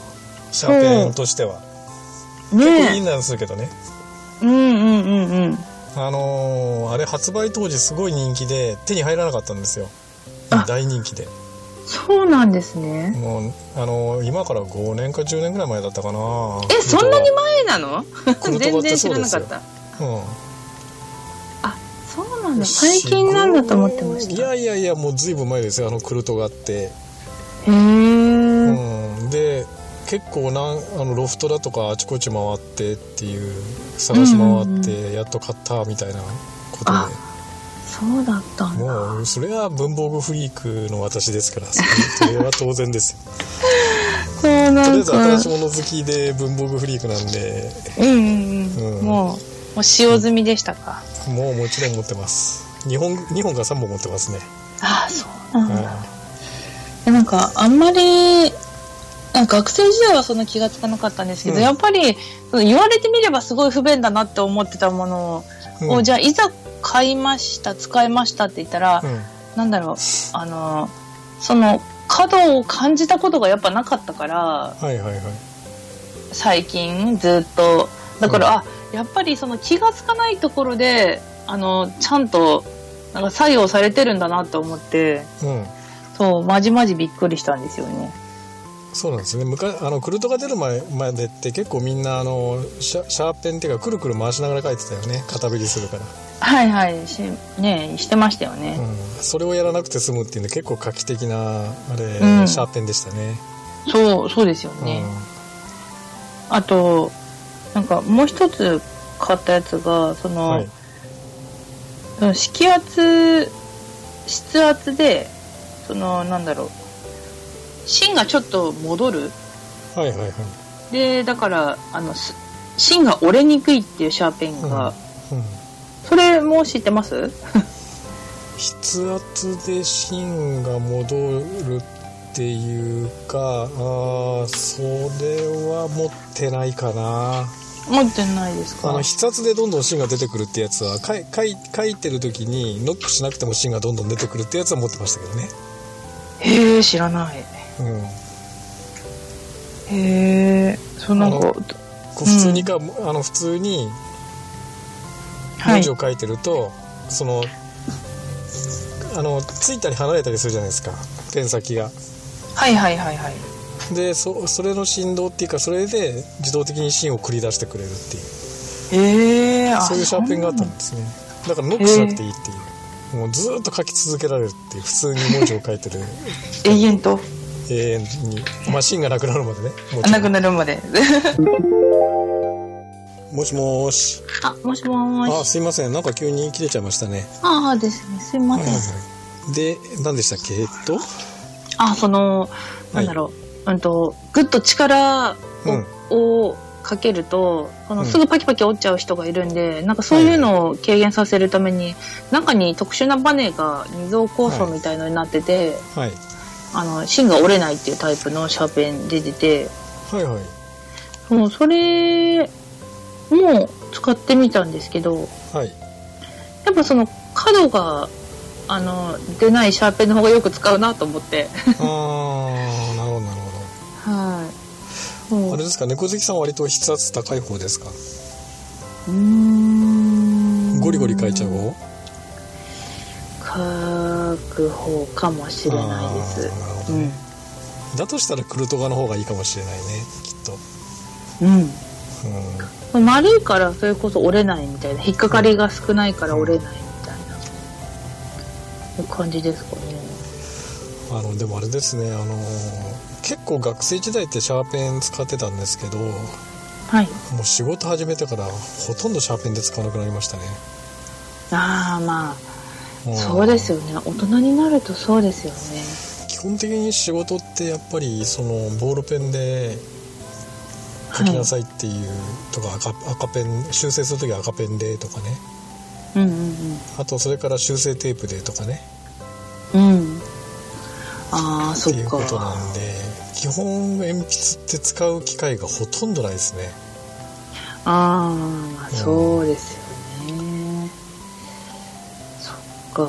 Speaker 3: シャーペンとしては、結構いい
Speaker 1: え。
Speaker 3: んでするけどね
Speaker 1: うんうんうんうん。
Speaker 3: あのーあれ発売当時すごい人気で手に入らなかったんですよ
Speaker 1: あ
Speaker 3: 大人気で
Speaker 1: そうなんですね。
Speaker 3: もうあの今から5年か10年ぐらい前だったかな
Speaker 1: え、そんなに前なの
Speaker 3: ルト
Speaker 1: 全
Speaker 3: ガって
Speaker 1: 然知
Speaker 3: そう
Speaker 1: ら
Speaker 3: で
Speaker 1: な
Speaker 3: す
Speaker 1: か
Speaker 3: よ
Speaker 1: った。
Speaker 3: うん
Speaker 1: あ、そうなんだ。最近なんだと思ってまし
Speaker 3: い
Speaker 1: た。
Speaker 3: やいやいやもうずいぶん前ですよあのクルトがあって、
Speaker 1: へ
Speaker 3: う
Speaker 1: え。
Speaker 3: んで結構なんあのロフトだとかあちこち回ってっていう探し回ってやっと買ったみたいなことで、
Speaker 1: あそうだったんだ。
Speaker 3: もうそれは文房具フリークの私ですからそれは当然ですよ
Speaker 1: そうな
Speaker 3: とりあえ
Speaker 1: ん
Speaker 3: ず新
Speaker 1: か
Speaker 3: し。いもの好きで文房具フリークなんで
Speaker 1: うんうんう。
Speaker 3: うんん
Speaker 1: もう、もう使用済みでしたか。
Speaker 3: もうもちろん持ってます2本二本か3本持ってますね、
Speaker 1: ああ、そうなんだ。
Speaker 3: は
Speaker 1: でなんかあんまりなんか学生時代はそんな気がつかなかったんですけど、
Speaker 3: うん
Speaker 1: やっぱりその言われてみればすごい不便だなって思ってたもの
Speaker 3: い
Speaker 1: を、
Speaker 3: うん
Speaker 1: じゃあいざ買いました使いましたって言ったら、
Speaker 3: うん
Speaker 1: なんだろうあのその角を感じたことがやっぱなかったから
Speaker 3: はいはいはい
Speaker 1: 最近ずっとだから、あやっぱりその気がつかないところであのちゃんとなんか作用されてるんだなと思って
Speaker 3: うん
Speaker 1: そうまじまじびっくりしたんですよね。
Speaker 3: そうなんですね昔あのクルトが出る前までって結構みんなあのシャシャーペンっていうかくるくる回しながら書いてたよね片べりするから、
Speaker 1: はいはいしねしてましたよね、
Speaker 3: うん、それをやらなくて済むっていうんで結構画期的なあれ、
Speaker 1: うん
Speaker 3: シャーペンでしたね
Speaker 1: そうそうですよね、あとなんかもう一つ買ったやつがそ
Speaker 3: うん
Speaker 1: の、
Speaker 3: はい
Speaker 1: その色圧筆圧でそのなんだろう芯がちょっと戻る
Speaker 3: はいはいはい
Speaker 1: でだからあのす芯が折れにくいっていうシャーペンが、
Speaker 3: うんうん
Speaker 1: それも知ってます
Speaker 3: 筆圧で芯が戻るっていうかあーそれは持ってないかな
Speaker 1: 持ってないです
Speaker 3: あ
Speaker 1: か
Speaker 3: の筆圧でどんどん芯が出てくるってやつはかいかい書いてる時にノックしなくても芯がどんどん出てくるってやつは持ってましたけどね
Speaker 1: へえ知らない
Speaker 3: うん
Speaker 1: へえそうなん
Speaker 3: あ
Speaker 1: か
Speaker 3: のこう普通にか、あの普通に
Speaker 1: は
Speaker 3: 文
Speaker 1: い
Speaker 3: 字を書いてると、そのあのついたり離れたりするじゃないですかペン先が
Speaker 1: はいはいはいはい
Speaker 3: でそそれの振動っていうかそれで自動的に芯を繰り出してくれるっていう
Speaker 1: へえあ
Speaker 3: そういうシャーペンがあったんですねだからノックしなくていいっていう、もうずーっと書き続けられるっていう普通に文字を書い てる
Speaker 1: 永遠と
Speaker 3: 永遠にまあ芯がなくなるまでねもちろ
Speaker 1: なんくなるまで
Speaker 3: もしもーし
Speaker 1: あもしも
Speaker 3: あすいませんなんか急に切れちゃいましたね
Speaker 1: ああですねすいま
Speaker 3: はい
Speaker 1: せ
Speaker 3: はい
Speaker 1: ん、
Speaker 3: はいで何でしたっけえっと
Speaker 1: あその
Speaker 3: い
Speaker 1: なんだろう、うんとぐっと力
Speaker 3: うん
Speaker 1: をかけるとこの
Speaker 3: うん
Speaker 1: すぐパキパキ折っちゃう人がいるんで、なんかそういうのを軽減させるために、中に特殊なバネが二層構想みたいのになってて、
Speaker 3: はい
Speaker 1: あの芯が折れないっていうタイプのシャーペン出てて
Speaker 3: はいはい
Speaker 1: もうそれも使ってみたんですけど
Speaker 3: はい
Speaker 1: やっぱその角があの出ないシャーペンの方がよく使うなと思って。
Speaker 3: あーなるほどなるほ
Speaker 1: はい。
Speaker 3: ど
Speaker 1: も
Speaker 3: あ
Speaker 1: う
Speaker 3: れですか猫好きさんは割と筆圧高い方ですか
Speaker 1: うーん
Speaker 3: ゴリゴリ書いちゃう方
Speaker 1: 書く方かもしれないで
Speaker 3: あー
Speaker 1: す。
Speaker 3: なるほど
Speaker 1: う
Speaker 3: ね
Speaker 1: ん、
Speaker 3: だとしたらクルトガの方がいいかもしれないねきっと、
Speaker 1: うん、丸いからそれこそ折れないみたいな引っかかりが少ないから折れないみたいな、いう感じですかね。
Speaker 3: うん、あのでもあれですねあのー結構学生時代ってシャーペン使ってたんですけども
Speaker 1: はい。
Speaker 3: う仕事始めてからほとんどシャーペンで使わなくなりましたね、
Speaker 1: ああまあ、
Speaker 3: ん
Speaker 1: そうですよね。大人になるとそうですよね。
Speaker 3: 基本的に仕事ってやっぱりそのボールペンで書きなさいっていうとか赤赤ペン修正する時は赤ペンでとかね
Speaker 1: うんうん
Speaker 3: あとそれから修正テープでとかね
Speaker 1: うん。うん。ああ
Speaker 3: っ
Speaker 1: そ
Speaker 3: てい
Speaker 1: っ
Speaker 3: う
Speaker 1: か。
Speaker 3: ことなんで基本鉛筆って使う機会がほとんどないですね
Speaker 1: ああそうですよねそっか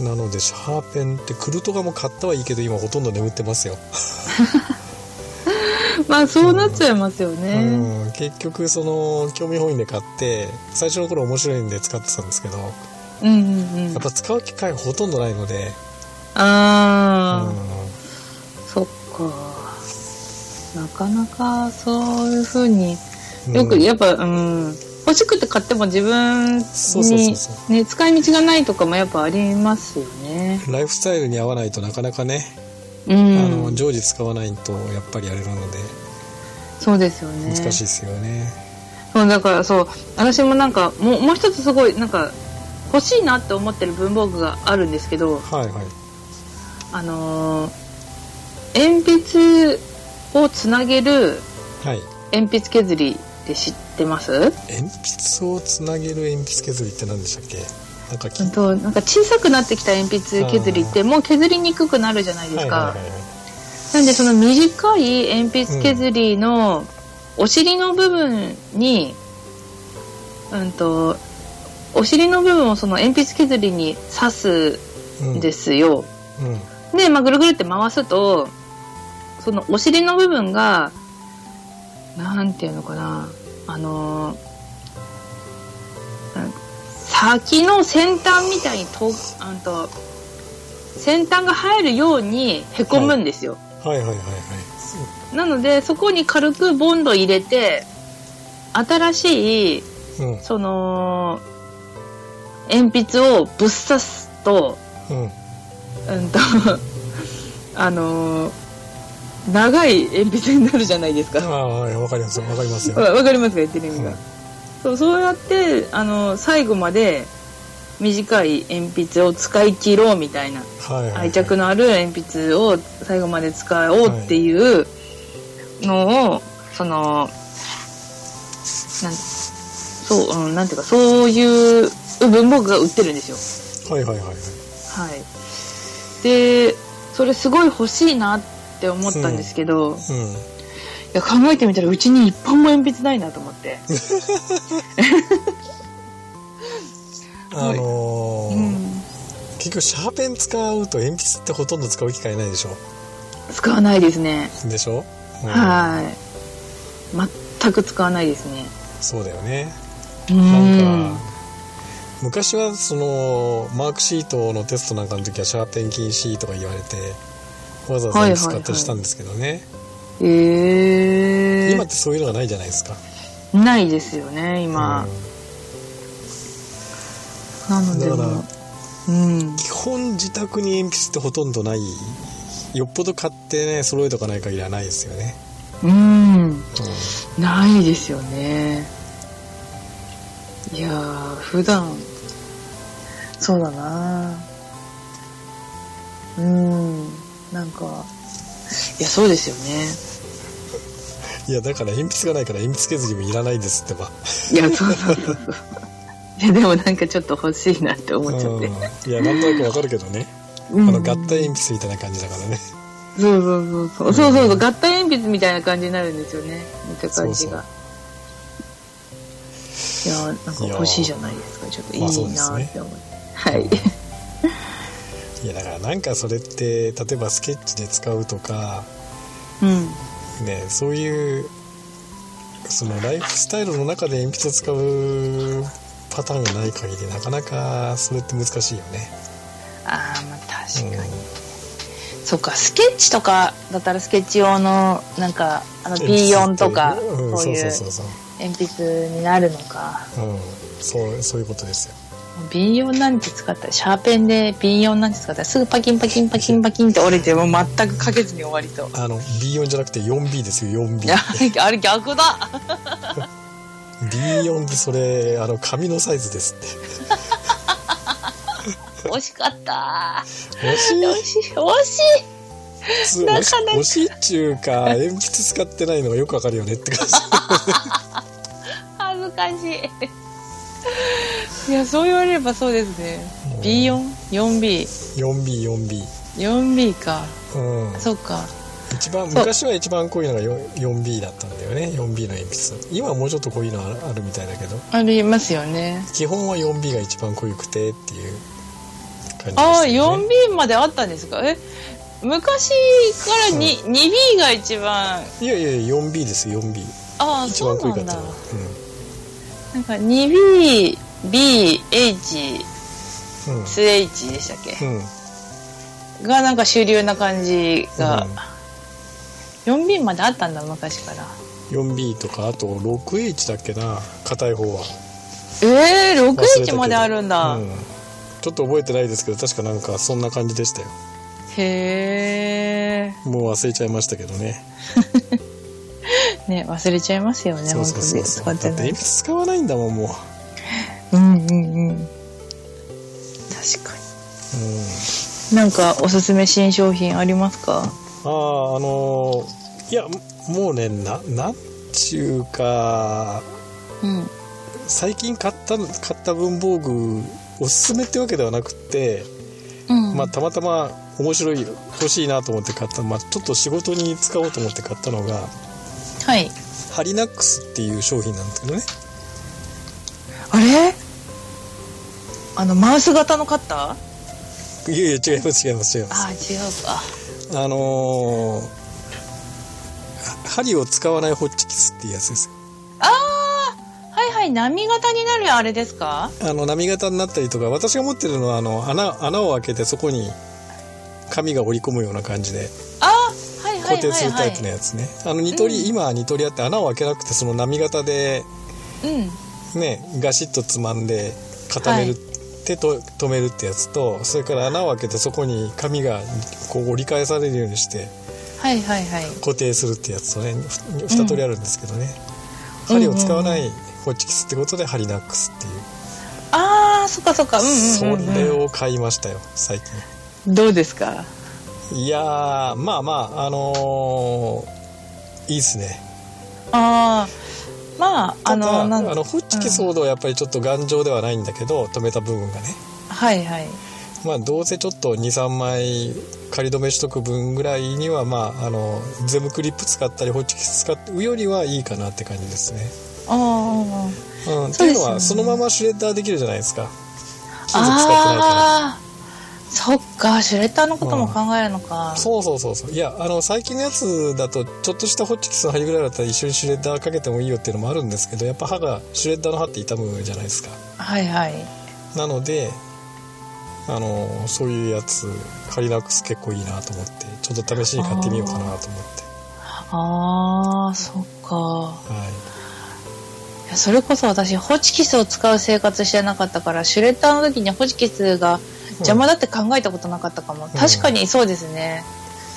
Speaker 3: なのでシャーペンってクルトガも買ったはいいけど今ほとんど眠ってますよ、
Speaker 1: まあそうなっちゃいますよね
Speaker 3: うん結局その興味本位で買って最初の頃面白いんで使ってたんですけどや
Speaker 1: うんうんうん
Speaker 3: っぱ使う機会ほとんどないので
Speaker 1: あー、
Speaker 3: うん
Speaker 1: そっか。なかなかそういうふうに、よく、やっぱ、うん、欲しくて買っても自分
Speaker 3: そうそうそう
Speaker 1: に
Speaker 3: そ、
Speaker 1: ね、使い道がないとかもやっぱありますよね。
Speaker 3: ライフスタイルに合わないとなかなかね、
Speaker 1: う
Speaker 3: あの
Speaker 1: ん。
Speaker 3: 常時使わないとやっぱりあれなので
Speaker 1: そうですよね。
Speaker 3: 難しいですよね。
Speaker 1: そうだからそう私もなんかもうもう一つすごいなんか欲しいなって思ってる文房具があるんですけど
Speaker 3: はいはい。
Speaker 1: あのー鉛筆をつなげる
Speaker 3: はい。
Speaker 1: 鉛筆削りって知ってます
Speaker 3: 鉛筆をつなげる鉛筆削りって何でしたっけなんかき、
Speaker 1: うんとなんか小さくなってきた鉛筆削りってもう削りにくくなるじゃないで
Speaker 3: は
Speaker 1: す
Speaker 3: い
Speaker 1: か
Speaker 3: はいはいはい。
Speaker 1: なんでその短い鉛筆削りのお尻の部分に、うんと、お尻の部分をその鉛筆削りに刺す
Speaker 3: うん
Speaker 1: んですよ。
Speaker 3: うん
Speaker 1: で、まあ、ぐるぐるって回すと、そのお尻の部分が、なんていうのかな、あのー、うん先の先端みたいにと、あんと、先端が入るように凹むんですよ。
Speaker 3: はいはいはいはい。
Speaker 1: なのでそこに軽くボンド入れて新しい
Speaker 3: うんう
Speaker 1: その鉛筆をぶっ刺すと,、
Speaker 3: ん
Speaker 1: うん、と あのー長い鉛筆になるじゃないです
Speaker 3: あ
Speaker 1: か。
Speaker 3: あはいわかりますわかりますよ。
Speaker 1: わわかりますか言ってる意味が。
Speaker 3: うん
Speaker 1: そうそうやってあの最後まで短い鉛筆を使い切ろうみたいな
Speaker 3: はいはいはい。
Speaker 1: 愛着のある鉛筆を最後まで使おうっていうのを、そのなんそう、うん、なんていうかそういう文房具が売ってるんですよ。
Speaker 3: はいはいはいはい。
Speaker 1: はい、でそれすごい欲しいなって思ったんですけど、い
Speaker 3: うん。
Speaker 1: や考えてみたらうちに一本も鉛筆ないなと思って。
Speaker 3: あのー
Speaker 1: うん
Speaker 3: 結局シャーペン使うと鉛筆ってほとんど使う機会ないでしょ。
Speaker 1: 使わないですね。
Speaker 3: でしょ。うん
Speaker 1: はい。全く使わないですね。
Speaker 3: そうだよね。
Speaker 1: う
Speaker 3: なん
Speaker 1: ん
Speaker 3: か。昔はそのマークシートのテストなんかの時はシャーペン禁止とか言われてわざわざ鉛筆買ったりしたんですけどね、
Speaker 1: ええー。
Speaker 3: 今ってそういうのがないじゃないですか、
Speaker 1: ないですよね今、な
Speaker 3: う
Speaker 1: の
Speaker 3: ん
Speaker 1: で
Speaker 3: だか
Speaker 1: も
Speaker 3: ら
Speaker 1: う、うん、
Speaker 3: 基本自宅に鉛筆ってほとんどないよっぽど買ってね揃えとかない限りはないですよね、
Speaker 1: うん、
Speaker 3: うん
Speaker 1: ないですよねいやー普段そうだなうんなんかいやそうです
Speaker 3: い
Speaker 1: よ
Speaker 3: やだから鉛筆がないから鉛筆削りもいらないですって ば
Speaker 1: ねいやそうそうそうそういやでもなんかちょっと欲しいなって思っちゃって、
Speaker 3: うんいやなんとなくわかるけどね、
Speaker 1: うん、
Speaker 3: あの合体鉛筆みたいな感じだからね
Speaker 1: そうそうそうそう。そうそうそう。合体鉛筆みたいな感じになるんですよね。見た感じが。いやー、なんか欲しいじゃないですか。ちょっといいな
Speaker 3: まあそうですね
Speaker 1: ーって思って。はい。
Speaker 3: いやだからなんかそれって例えばスケッチで使うとか
Speaker 1: うん。
Speaker 3: ねそういうそのライフスタイルの中で鉛筆を使うパターンがない限りなかなかそれって難しいよね、
Speaker 1: ああ、ま
Speaker 3: う
Speaker 1: あ
Speaker 3: ん
Speaker 1: 確かに。そっか、スケッチとかだったらスケッチ用の、なんか、あの B4 とか、
Speaker 3: 鉛筆ってうん
Speaker 1: そういう
Speaker 3: そうそうそう
Speaker 1: 鉛筆になるのか。
Speaker 3: そう、うん、そうそういうことですよ
Speaker 1: B4 なんて使ったら、シャーペンで B4 なんて使ったら、すぐパキンパキンパキンパキンって折れて、もう全くかけずに終わりそう。
Speaker 3: あの B4 じゃなくて 4B ですよ
Speaker 1: いや
Speaker 3: 4B
Speaker 1: あれ逆だ
Speaker 3: B4 ってそれあの紙のサイズですっ
Speaker 1: 惜しかった
Speaker 3: て惜しい
Speaker 1: 惜しい惜しい
Speaker 3: つ
Speaker 1: なか
Speaker 3: 惜
Speaker 1: な
Speaker 3: し
Speaker 1: か
Speaker 3: 惜しいっちゅうか鉛筆使ってないのがよくわかるよねって感じ
Speaker 1: 恥ずかしいいやそう言われればそうですね B44B4B
Speaker 3: B 4B
Speaker 1: か
Speaker 3: うん
Speaker 1: そっか
Speaker 3: 一番
Speaker 1: そう
Speaker 3: 昔は一番濃いのが 4- 4B だったんだよね 4B の鉛筆今はもうちょっと濃いのああるみたいだけど
Speaker 1: ありますよね
Speaker 3: 基本は 4B が一番濃くてっていう感じでした
Speaker 1: ああ
Speaker 3: よね
Speaker 1: 4B まであったんですかえ昔からに 2B が一番
Speaker 3: いやいやいや 4B ですよ 4B
Speaker 1: ああ
Speaker 3: 一
Speaker 1: そ
Speaker 3: 番
Speaker 1: う
Speaker 3: 濃い
Speaker 1: な
Speaker 3: かった
Speaker 1: んだ
Speaker 3: のう
Speaker 1: なんか 2BBH2H
Speaker 3: んうん
Speaker 1: でしたっけ
Speaker 3: うん
Speaker 2: がなんか主流な感じが、4B まであったんだ昔から
Speaker 3: 4B とかあと 6H だっけな硬い方は
Speaker 2: ええー、6H まであるんだ、
Speaker 3: うんちょっと覚えてないですけど確かなんかそんな感じでしたよ
Speaker 2: へえ
Speaker 3: もう忘れちゃいましたけどね
Speaker 2: ね忘れちゃいますよね
Speaker 3: そうそうそうそうだって鉛筆使わないんだもんも
Speaker 2: ううんうんうん確か
Speaker 3: う、うん、
Speaker 2: になんかおすすめ新商品あります
Speaker 3: ああ
Speaker 2: か
Speaker 3: あのーいやもうねななんちゅうか
Speaker 2: うん
Speaker 3: 最近買ったの買った文房具おすすめってわけではなくって、
Speaker 2: うん
Speaker 3: まあ、たまたま面白い欲しいなと思って買った、まあ、ちょっと仕事に使おうと思って買ったのが
Speaker 2: はい
Speaker 3: ハリナックスっていう商品なんですけどね
Speaker 2: あれあのマウス型のカッター
Speaker 3: いやいや違います違います違います
Speaker 2: ああ違うか
Speaker 3: あのー針を使わないホッチキスっていうやつです
Speaker 2: ああはいはい波型になるあれですか
Speaker 3: あの波型になったりとか私が持ってるのはあの穴穴を開けてそこに紙が折り込むような感じで
Speaker 2: あーはいはい
Speaker 3: 固
Speaker 2: はい
Speaker 3: 定するタイプの
Speaker 2: はい
Speaker 3: やつね、あのニトリ、今はニトリあって穴を開けなくてその波型で
Speaker 2: うん
Speaker 3: ねガシッとつまんで固める、
Speaker 2: はい
Speaker 3: 手と止めるってやつとそれから穴を開けてそこに紙がこう折り返されるようにして
Speaker 2: はいはいはい
Speaker 3: 固定するってやつとね2通りあるんですけどね、針を使わないホッチキスってことでハリナックスっていう、
Speaker 2: ああそっかそっかうんうんうん、う
Speaker 3: そ
Speaker 2: ん、
Speaker 3: れを買いましたよ最近
Speaker 2: どうですか
Speaker 3: いやーまあまああのーいいですね
Speaker 2: ああまあ
Speaker 3: ただ
Speaker 2: あのなん
Speaker 3: あのホッチキス
Speaker 2: うん
Speaker 3: ほどやっぱりちょっと頑丈ではないんだけど、止めた部分がね
Speaker 2: はいはい
Speaker 3: まあどうせちょっと23枚仮止めしとく分ぐらいにはまああのゼムクリップ使ったりホッチキス使うよりはいいかなって感じですね、
Speaker 2: あー
Speaker 3: うんって
Speaker 2: そ
Speaker 3: い
Speaker 2: う
Speaker 3: う
Speaker 2: ですよね
Speaker 3: のはそのままシュレッダーできるじゃないですか金属使ってないから
Speaker 2: あーそっかシュレッダーのことも考えるのか、
Speaker 3: そうそうそうそういやあの最近のやつだとちょっとしたホッチキスの針ぐらいだったら一緒にシュレッダーかけてもいいよっていうのもあるんですけどやっぱ歯がシュレッダーの歯って傷むじゃないですか
Speaker 2: はいはい
Speaker 3: なのであのそういうやつカリラックス結構いいなと思ってちょっと試しに買ってみようかなと思って
Speaker 2: ああそっか
Speaker 3: はい
Speaker 2: いやそれこそ私ホチキスを使う生活してなかったからシュレッダーの時にホチキスが邪魔だって考えたことなかったかも、確かにそうですね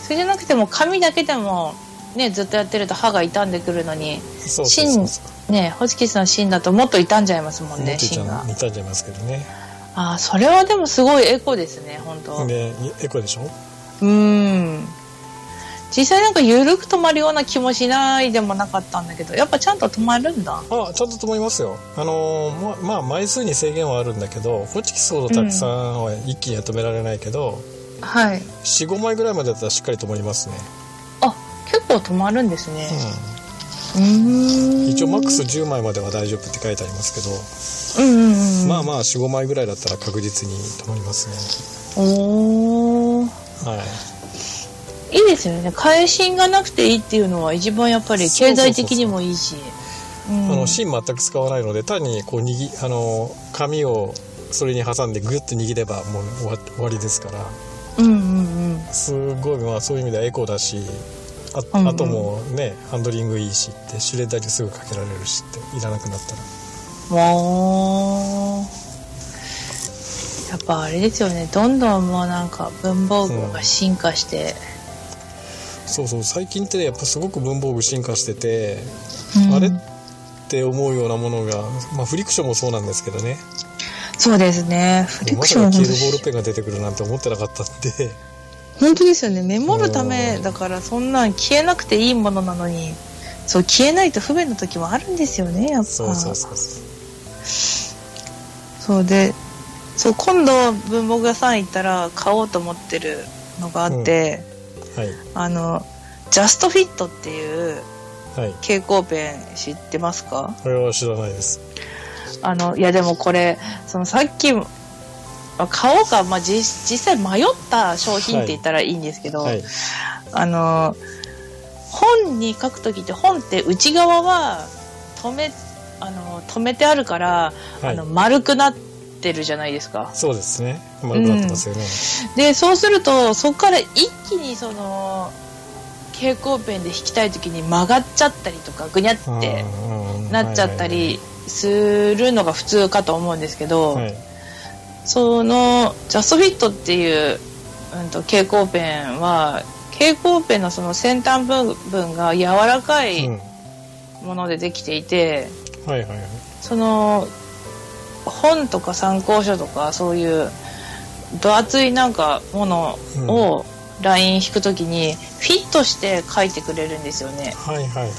Speaker 2: それじゃなくても紙だけでもねずっとやってると歯が傷んでくるのに
Speaker 3: そうそうそうそう
Speaker 2: ねホチキスの芯だともっと傷んじゃいますもん
Speaker 3: 持っ
Speaker 2: ね
Speaker 3: てちゃ
Speaker 2: 芯
Speaker 3: う
Speaker 2: が
Speaker 3: 似たんじゃいますけどね
Speaker 2: ああそれはでもすごいエコですね本当
Speaker 3: でエコでしょ
Speaker 2: うーん実際なんか緩く止まるような気もしないでもなかったんだけどやっぱちゃんと止まるんだ
Speaker 3: あちゃんと止まりますよあのーままあ枚数に制限はあるんだけどホッチキスほどたくさんは一気には止められないけど、
Speaker 2: はい
Speaker 3: 45枚ぐらいまでだったらしっかり止まりますね、
Speaker 2: あ結構止まるんですね
Speaker 3: う
Speaker 2: うーん
Speaker 3: ん、一応マックス10枚までは大丈夫って書いてありますけど、
Speaker 2: うんうんうん
Speaker 3: まあまあ45枚ぐらいだったら確実に止まります
Speaker 2: おー
Speaker 3: ねはい
Speaker 2: いいですよね返信がなくていいっていうのは一番やっぱり経済的にもいいしうん
Speaker 3: あの芯全く使わないので単にこう握あの紙をそれに挟んでグッと握ればもう終わ終わりですから
Speaker 2: うんうんうん
Speaker 3: すごいまあそういう意味ではエコだしあ
Speaker 2: うんうん
Speaker 3: あともうねハンドリングいいしってシュレッダーですぐかけられるしっていらなくなったら
Speaker 2: わーやっぱあれですよねどんどんもうなんか文房具が進化して、
Speaker 3: そうそう最近ってねやっぱすごく文房具進化してて
Speaker 2: うん
Speaker 3: あれって思うようなものが、まあ、フリクションもそうなんですけどね
Speaker 2: そうですねフリ
Speaker 3: ま
Speaker 2: ク
Speaker 3: さ
Speaker 2: ショ
Speaker 3: か
Speaker 2: ン
Speaker 3: 消えるボールペンが出てくるなんて思ってなかったんで
Speaker 2: 本当ですよねメモるためだからそんなん消えなくていいものなのにそう消えないと不便な時もあるんですよねやっぱ
Speaker 3: そうそうそうそ
Speaker 2: そうでそう今度文房具屋さん行ったら買おうと思ってるのがあって、
Speaker 3: うはい
Speaker 2: あのジャストフィットっていう
Speaker 3: はい
Speaker 2: 蛍光ペン知ってますか
Speaker 3: これは知らないです
Speaker 2: あのいやでもこれそのさっきもあ買おうか、まあ、実実際迷った商品って言ったらいいんですけど、
Speaker 3: はい
Speaker 2: あの本に書く時って本って内側は止めあの止めてあるから、
Speaker 3: は
Speaker 2: あ
Speaker 3: い
Speaker 2: の丸くなってるじゃないですか。
Speaker 3: そうですね丸くなってますよね、
Speaker 2: でそうするとそこから一気にその蛍光ペンで引きたい時に曲がっちゃったりとかぐにゃって
Speaker 3: うんうん
Speaker 2: なっちゃったりするのが普通かと思うんですけ
Speaker 3: は
Speaker 2: ど、
Speaker 3: いはいはい
Speaker 2: そのジャストフィットっていう、うん、と蛍光ペンは蛍光ペンのその先端部分が柔らか
Speaker 3: はいうん
Speaker 2: いものでできていて、
Speaker 3: はいはいはい
Speaker 2: その本とか参考書とかそういう分厚いなんかものをライン引くときにフィットして書いてくれるんですよね。
Speaker 3: はいはいはいはい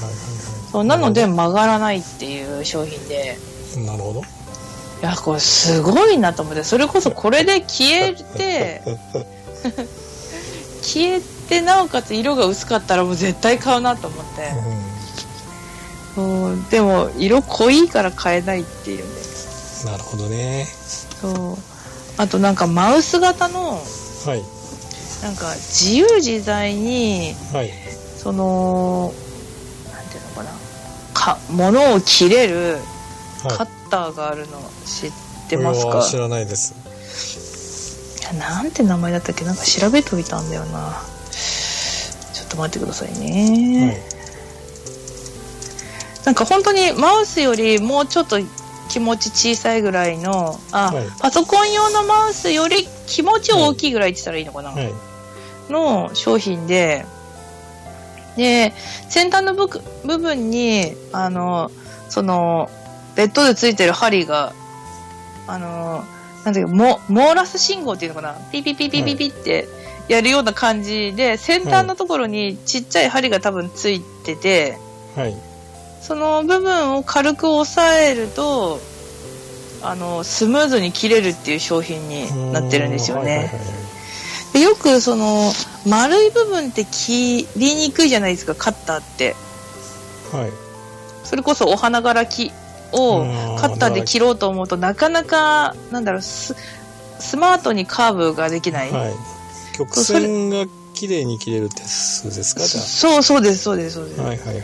Speaker 2: そうなので曲がらないっていう商品で。
Speaker 3: なるほど
Speaker 2: いやこれすごいなと思ってそれこそこれで消えて消えてなおかつ色が薄かったらもう絶対買うなと思って
Speaker 3: うん
Speaker 2: そうでも色濃いから買えないっていうね
Speaker 3: なるほどね
Speaker 2: そうあとなんかマウス型の
Speaker 3: はい
Speaker 2: なんか自由自在に
Speaker 3: はい
Speaker 2: そのなんていうのかなか物を切れるカ
Speaker 3: は
Speaker 2: ッ
Speaker 3: い
Speaker 2: ターがあるの知ってます
Speaker 3: これ
Speaker 2: か、
Speaker 3: は知らないです
Speaker 2: いやなんて名前だったっけなんか調べといたんだよなちょっと待ってください
Speaker 3: はい
Speaker 2: ね、なんか本当にマウスよりもうちょっと気持ち小さいぐらいのあ、
Speaker 3: はい
Speaker 2: パソコン用のマウスより気持ち大きいぐらいって言ったらいいのかな、
Speaker 3: はい
Speaker 2: の商品でで先端の部く部分にあのそのベッドでついてる針があのなんていうかモモーラス信号っていうのかなピピピピピピってやるような感じで、先端のところにちっちゃい針が多分ついてて、
Speaker 3: はい
Speaker 2: その部分を軽く押さえるとあのスムーズに切れるっていう商品になってるんですよね。
Speaker 3: うーんはいはいはい
Speaker 2: でよくその丸い部分って切りにくいじゃないですかカッターって
Speaker 3: はい。
Speaker 2: それこそお花柄木を
Speaker 3: うん
Speaker 2: カッターで切ろうと思うとなかなかなんだろうススマートにカーブができない、
Speaker 3: はい。曲線が綺麗に切れるって数ですかじゃ
Speaker 2: そうそうですそうですそうです、
Speaker 3: あ。はいはいはいはい。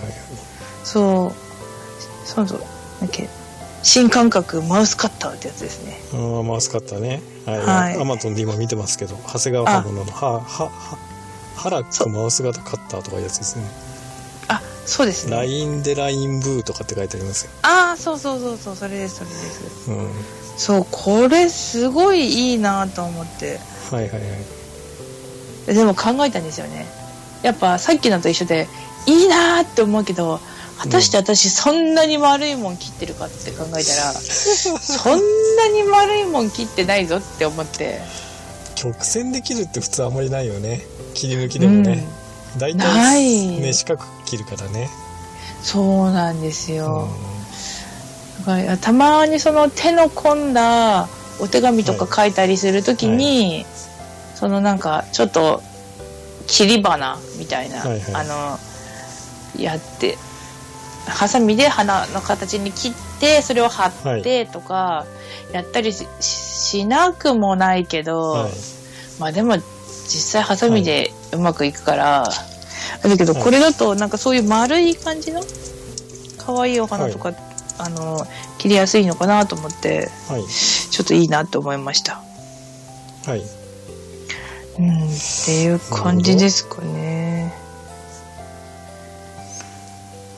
Speaker 2: そうそうそうなんだっけ新感覚マウスカッターってやつですね
Speaker 3: ああ、マウスカッターね。はい。
Speaker 2: はい
Speaker 3: アマゾンで今見てますけど、長谷川博のの、は、は、は、ハラックマウス型カッターとかいうやつですね。
Speaker 2: あそうです
Speaker 3: ラ
Speaker 2: ね
Speaker 3: インでラインブーとかって書いてありますよ。
Speaker 2: ああそうそうそうそうそれですそれです
Speaker 3: うん。は
Speaker 2: そうこれすごいいいなと思って
Speaker 3: いはいはい。
Speaker 2: でも考えたんですよねやっぱさっきのと一緒でいいなーって思うけど果たして私そんなに丸いもん切ってるかって考えたら、そんなに丸いもん切ってないぞって思って
Speaker 3: 曲線で切るって普通あんまりないよね。切り抜きでもね。大体、
Speaker 2: ない
Speaker 3: ね、四角く切るからね。
Speaker 2: そうなんです
Speaker 3: うん
Speaker 2: よ、だからたまにその手の込んだお手紙とか書いたりするときに、そのなんかちょっと切り花みたいな、
Speaker 3: はいはい
Speaker 2: あのやってハサミで花の形に切ってそれを貼ってとかやったりし,し、しなくもないけど、
Speaker 3: はい。
Speaker 2: まあでも実際ハサミでうまくいくから、だけど
Speaker 3: はい
Speaker 2: これだとなんかそういう丸い感じの可愛いお花とか、あの切りやすいのかなと思って
Speaker 3: はい。
Speaker 2: ちょっといいなと思いました。
Speaker 3: はい。
Speaker 2: うん、っていう感じですかね。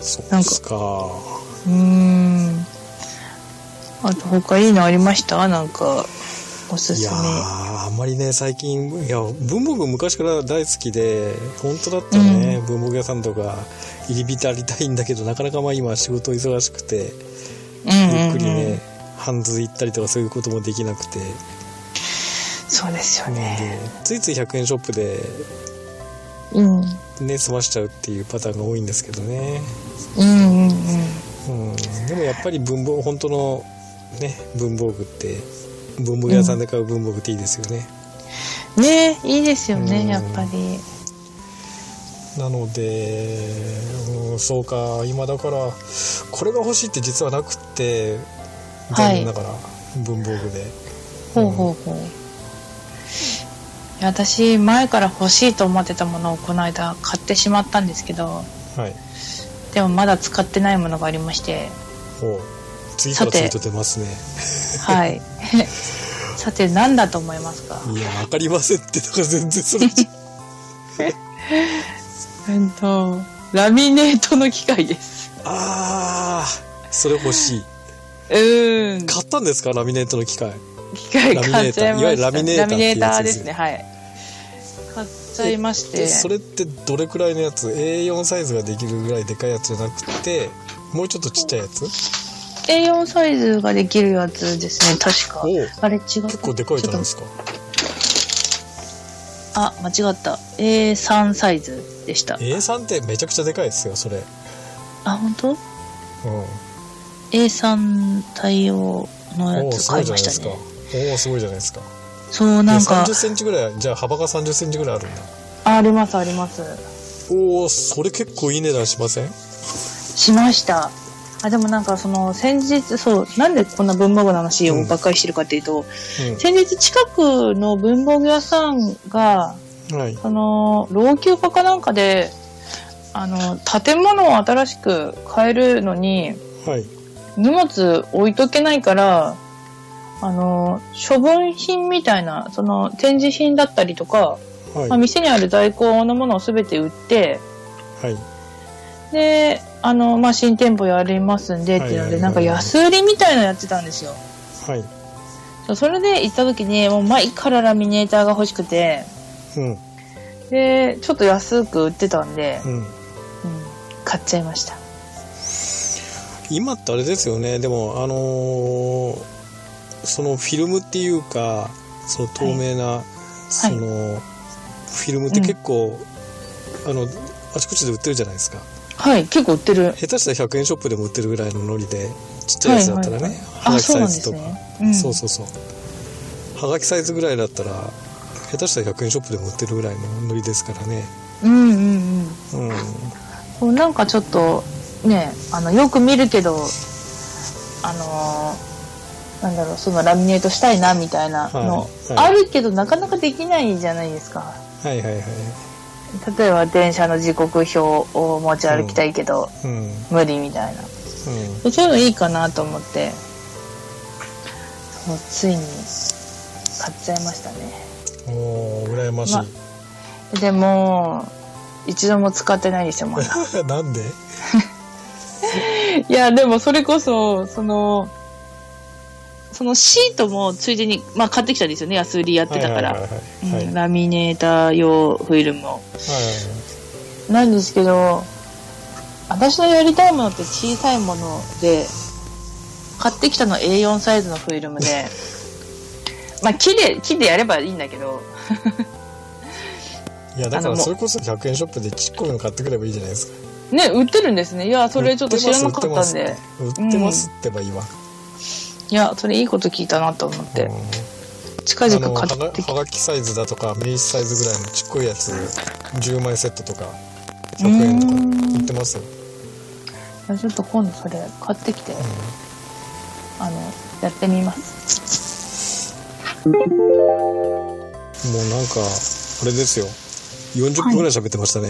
Speaker 3: そうですか。
Speaker 2: うん。あと他いいのありましたなんかおす
Speaker 3: い
Speaker 2: す
Speaker 3: や
Speaker 2: め。
Speaker 3: ーあんまりね最近いや文房具昔から大好きで本当だったらね、文房具屋さんとか入り浸りたいんだけどなかなかまあ今仕事忙しくてゆっくりね、
Speaker 2: うんうんうん、
Speaker 3: ハンズ行ったりとかそういうこともできなくて、
Speaker 2: そうですよ
Speaker 3: なん
Speaker 2: ね。
Speaker 3: でついつい100円ショップで
Speaker 2: うん。うん
Speaker 3: ね済ましちゃうっていうパターンが多いんですけどね、
Speaker 2: うんうん。
Speaker 3: うん、でもやっぱり文房本当のね文房具って文房具屋さんで買う文房具っていいですよね、
Speaker 2: ねいいですよ
Speaker 3: うん
Speaker 2: ね、やっぱり。
Speaker 3: なので、うん、そうか今だからこれが欲しいって実はなくって
Speaker 2: はい
Speaker 3: 残念ながら、文房具で
Speaker 2: ほうほうほう。いや私前から欲しいと思ってたものをこの間買ってしまったんですけど
Speaker 3: はい
Speaker 2: でもまだ使ってないものがありまして
Speaker 3: ほう次から
Speaker 2: さて
Speaker 3: 次と出ますね
Speaker 2: はい さて何だと思いますか
Speaker 3: いや分かりませんってだから全然それ じゃ
Speaker 2: うんとラミネートの機械です
Speaker 3: あーそれ欲しい
Speaker 2: うん
Speaker 3: 買ったんですかラミネートの機械
Speaker 2: 機械買っちゃいました、ね、
Speaker 3: いわゆるラミネーター
Speaker 2: ラミネーターですねはい買っちゃいまして
Speaker 3: それってどれくらいのやつ A4 サイズができるぐらいでかいやつじゃなくてもうちょっとちっちゃいやつ
Speaker 2: A4 サイズができるやつですね確かあれ違う
Speaker 3: 結構でかいじゃないですか
Speaker 2: あ間違った A3 サイズでした
Speaker 3: A3 ってめちゃくちゃでかいですよそれ
Speaker 2: あ本当？うん A3 対応のやつ買いましたね
Speaker 3: おおすごいじゃないですか
Speaker 2: そうなんか
Speaker 3: 3 0ンチぐらいじゃあ幅が3 0ンチぐらいあるんだ
Speaker 2: あありますあります
Speaker 3: おおそれ結構いい値段しません
Speaker 2: しましたあでもなんかその先日そうなんでこんな文房具の話をばっかりしてるかっていうと、うんうん、先日近くの文房具屋さんが、
Speaker 3: はい、
Speaker 2: その老朽化かなんかであの建物を新しく変えるのに、
Speaker 3: はい、
Speaker 2: 荷物置いとけないからあの処分品みたいなその展示品だったりとか、はい、まあ、店にある在庫のものを全て売って、
Speaker 3: はい、
Speaker 2: であの、まあ、新店舗やりますんでっていうので、なんか安売りみたいなやってたんですよ。
Speaker 3: はい。
Speaker 2: それで行った時に、もう前からラミネーターが欲しくて、
Speaker 3: うん。
Speaker 2: で、ちょっと安く売ってたんで、
Speaker 3: うん。うん、
Speaker 2: 買っちゃいました。
Speaker 3: 今ってあれですよね、でも、あのー、そのフィルムっていうか、その透明な、はい、その、はい、フィルムって結構、うん、あの、あちこちで売ってるじゃないですか。
Speaker 2: はい、結構売ってる。
Speaker 3: 下手したら100円ショップでも売ってるぐらいのノリで、ちっちゃいやつだったらね、はい
Speaker 2: はい、
Speaker 3: サイ
Speaker 2: ズとか
Speaker 3: そ、
Speaker 2: ね
Speaker 3: うん、そうそうそう。はがきサイズぐらいだったら、下手したら100円ショップでも売ってるぐらいのノリですからね。
Speaker 2: うんうん
Speaker 3: うん。うん、
Speaker 2: こうなんかちょっと、ね、あの、よく見るけど、あのー、なんだろう、そのラミネートしたいなみたいなの、はいはい、あるけどなかなかできないじゃないですか。
Speaker 3: はいはいはい。
Speaker 2: 例えば電車の時刻表を持ち歩きたいけど、
Speaker 3: うんうん、
Speaker 2: 無理みたいな、
Speaker 3: うん、
Speaker 2: そういうのいいかなと思ってそうついに買っちゃいましたね
Speaker 3: おー羨ましい、ま、
Speaker 2: でも一度も使ってないですよまだ
Speaker 3: なんで
Speaker 2: いやでもそれこそそのそのシートもついでに、まあ、買ってきたんですよね、安売りやってたから。ラミネーター用フィルムを。はいなんですけど、私のやりたいものって小さいもので、買ってきたの A4 サイズのフィルム で、まあ木で、木でやればいいんだけど。
Speaker 3: いや、だからそれこそ100円ショップでちっこいの買ってくればいいじゃないですか。
Speaker 2: ね、売ってるんですね。いや、それちょっと知らなかったんで。
Speaker 3: 売ってますってばいいわ。うん
Speaker 2: いやそれいいこと聞いたなと思って、近々買ってき
Speaker 3: てはがきサイズだとか名刺サイズぐらいのちっこいやつ10枚セットとか100円とか売ってます
Speaker 2: じゃちょっと今度それ買ってきて、あのやってみます
Speaker 3: もうなんかあれですよ40分ぐらい喋ってましたね、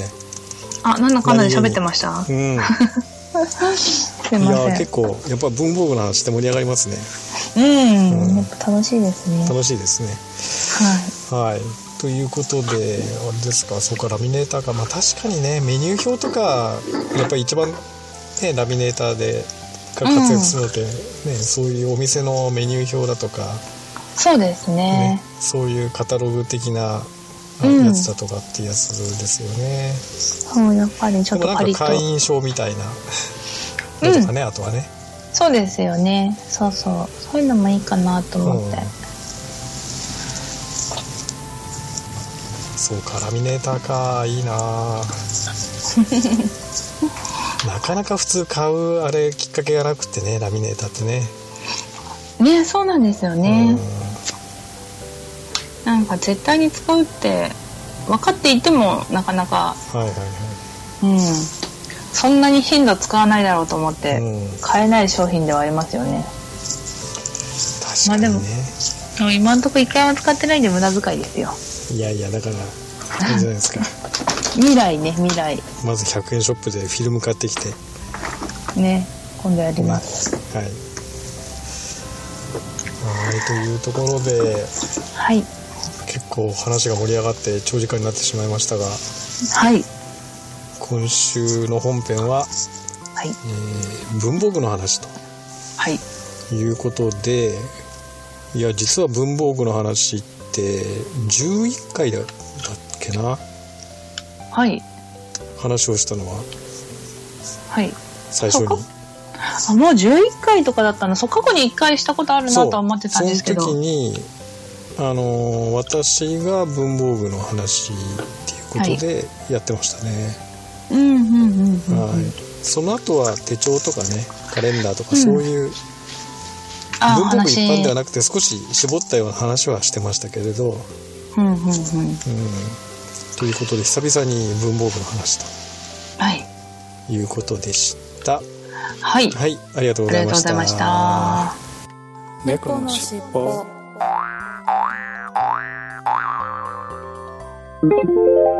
Speaker 2: はい、あなんだかんだで喋ってました
Speaker 3: うん いや結構やっぱ文房具の話って盛り上がります
Speaker 2: ね。うん、うん、やっぱ楽しいですね。
Speaker 3: 楽しいです。
Speaker 2: ね。はい
Speaker 3: はい。ということであれですか、そうかラミネーターかまあ確かにねメニュー表とかやっぱり一番ねラミネーターでが活躍するので、うん、ねそういうお店のメニュー表だとか。
Speaker 2: そうですね、ね、
Speaker 3: そういうカタログ的なやつだとかっていうやつですよね。
Speaker 2: うん、そうやっぱりちょっと
Speaker 3: パリッと。会員証みたいな。とかね、うん、あとはね
Speaker 2: そうですよねそうそうそういうのもいいかなと思って、うん、
Speaker 3: そうかラミネーターかいい ななかなか普通買うあれきっかけがなくてねラミネーターってね
Speaker 2: ねそうなんですよね、うん、なんか絶対に使うって分かっていてもなかなか
Speaker 3: はいはいはい
Speaker 2: うんそんなに頻度使わないだろうと思って買えない商品ではありますよね、
Speaker 3: うん、確かにね、
Speaker 2: まあ、でも今んとこ一回も使ってないんで無駄遣いですよ
Speaker 3: いやいやだからいいじゃないです か
Speaker 2: 未来ね未来
Speaker 3: まず100円ショップでフィルム買ってきて
Speaker 2: ね今度やります、
Speaker 3: はいはいというところで
Speaker 1: はい
Speaker 3: 結構話が盛り上がって長時間になってしまいましたが
Speaker 1: はい
Speaker 3: 今週の本編は、
Speaker 1: はい
Speaker 3: えー文房具の話と
Speaker 1: はい
Speaker 3: いうことでいや実は文房具の話って11回だったっけな
Speaker 1: はい
Speaker 3: 話をしたのは
Speaker 1: はい
Speaker 3: 最初に
Speaker 1: そ。うあもう11回とかだったのそう過去に1回したことあるなとは思ってたんですけど
Speaker 3: その時にあのー私が文房具の話っていうことでやってましたね、
Speaker 1: うんうんうんう
Speaker 3: はい
Speaker 1: ん、
Speaker 3: その後は手帳とかねカレンダーとかそういう
Speaker 1: あ
Speaker 3: 文房具一
Speaker 1: 話
Speaker 3: 般ではなくて少し絞ったような話はしてましたけれど、うん、
Speaker 1: うんうんうん
Speaker 3: ということで久々に文房具の話
Speaker 1: はい
Speaker 3: ということでした
Speaker 1: はい
Speaker 3: はいありがとう
Speaker 1: あ
Speaker 3: ござ
Speaker 1: りが
Speaker 3: い
Speaker 1: とう
Speaker 3: ま
Speaker 1: ご
Speaker 3: し
Speaker 1: ざい
Speaker 3: た
Speaker 1: ました。
Speaker 4: 猫
Speaker 5: こ
Speaker 4: の
Speaker 5: の
Speaker 4: し
Speaker 5: し
Speaker 4: っ
Speaker 5: っ
Speaker 4: ぽ
Speaker 5: ぽ。
Speaker 7: このフ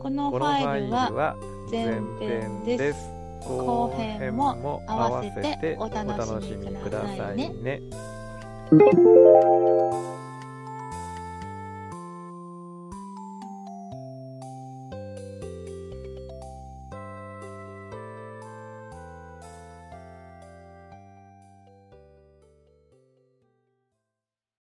Speaker 2: このファイ
Speaker 7: ァイ
Speaker 2: ル
Speaker 7: ルは
Speaker 2: は前
Speaker 7: 前
Speaker 2: 編
Speaker 7: 編
Speaker 2: で
Speaker 7: ですす。
Speaker 2: 後編も合わせてお楽しみくださいね。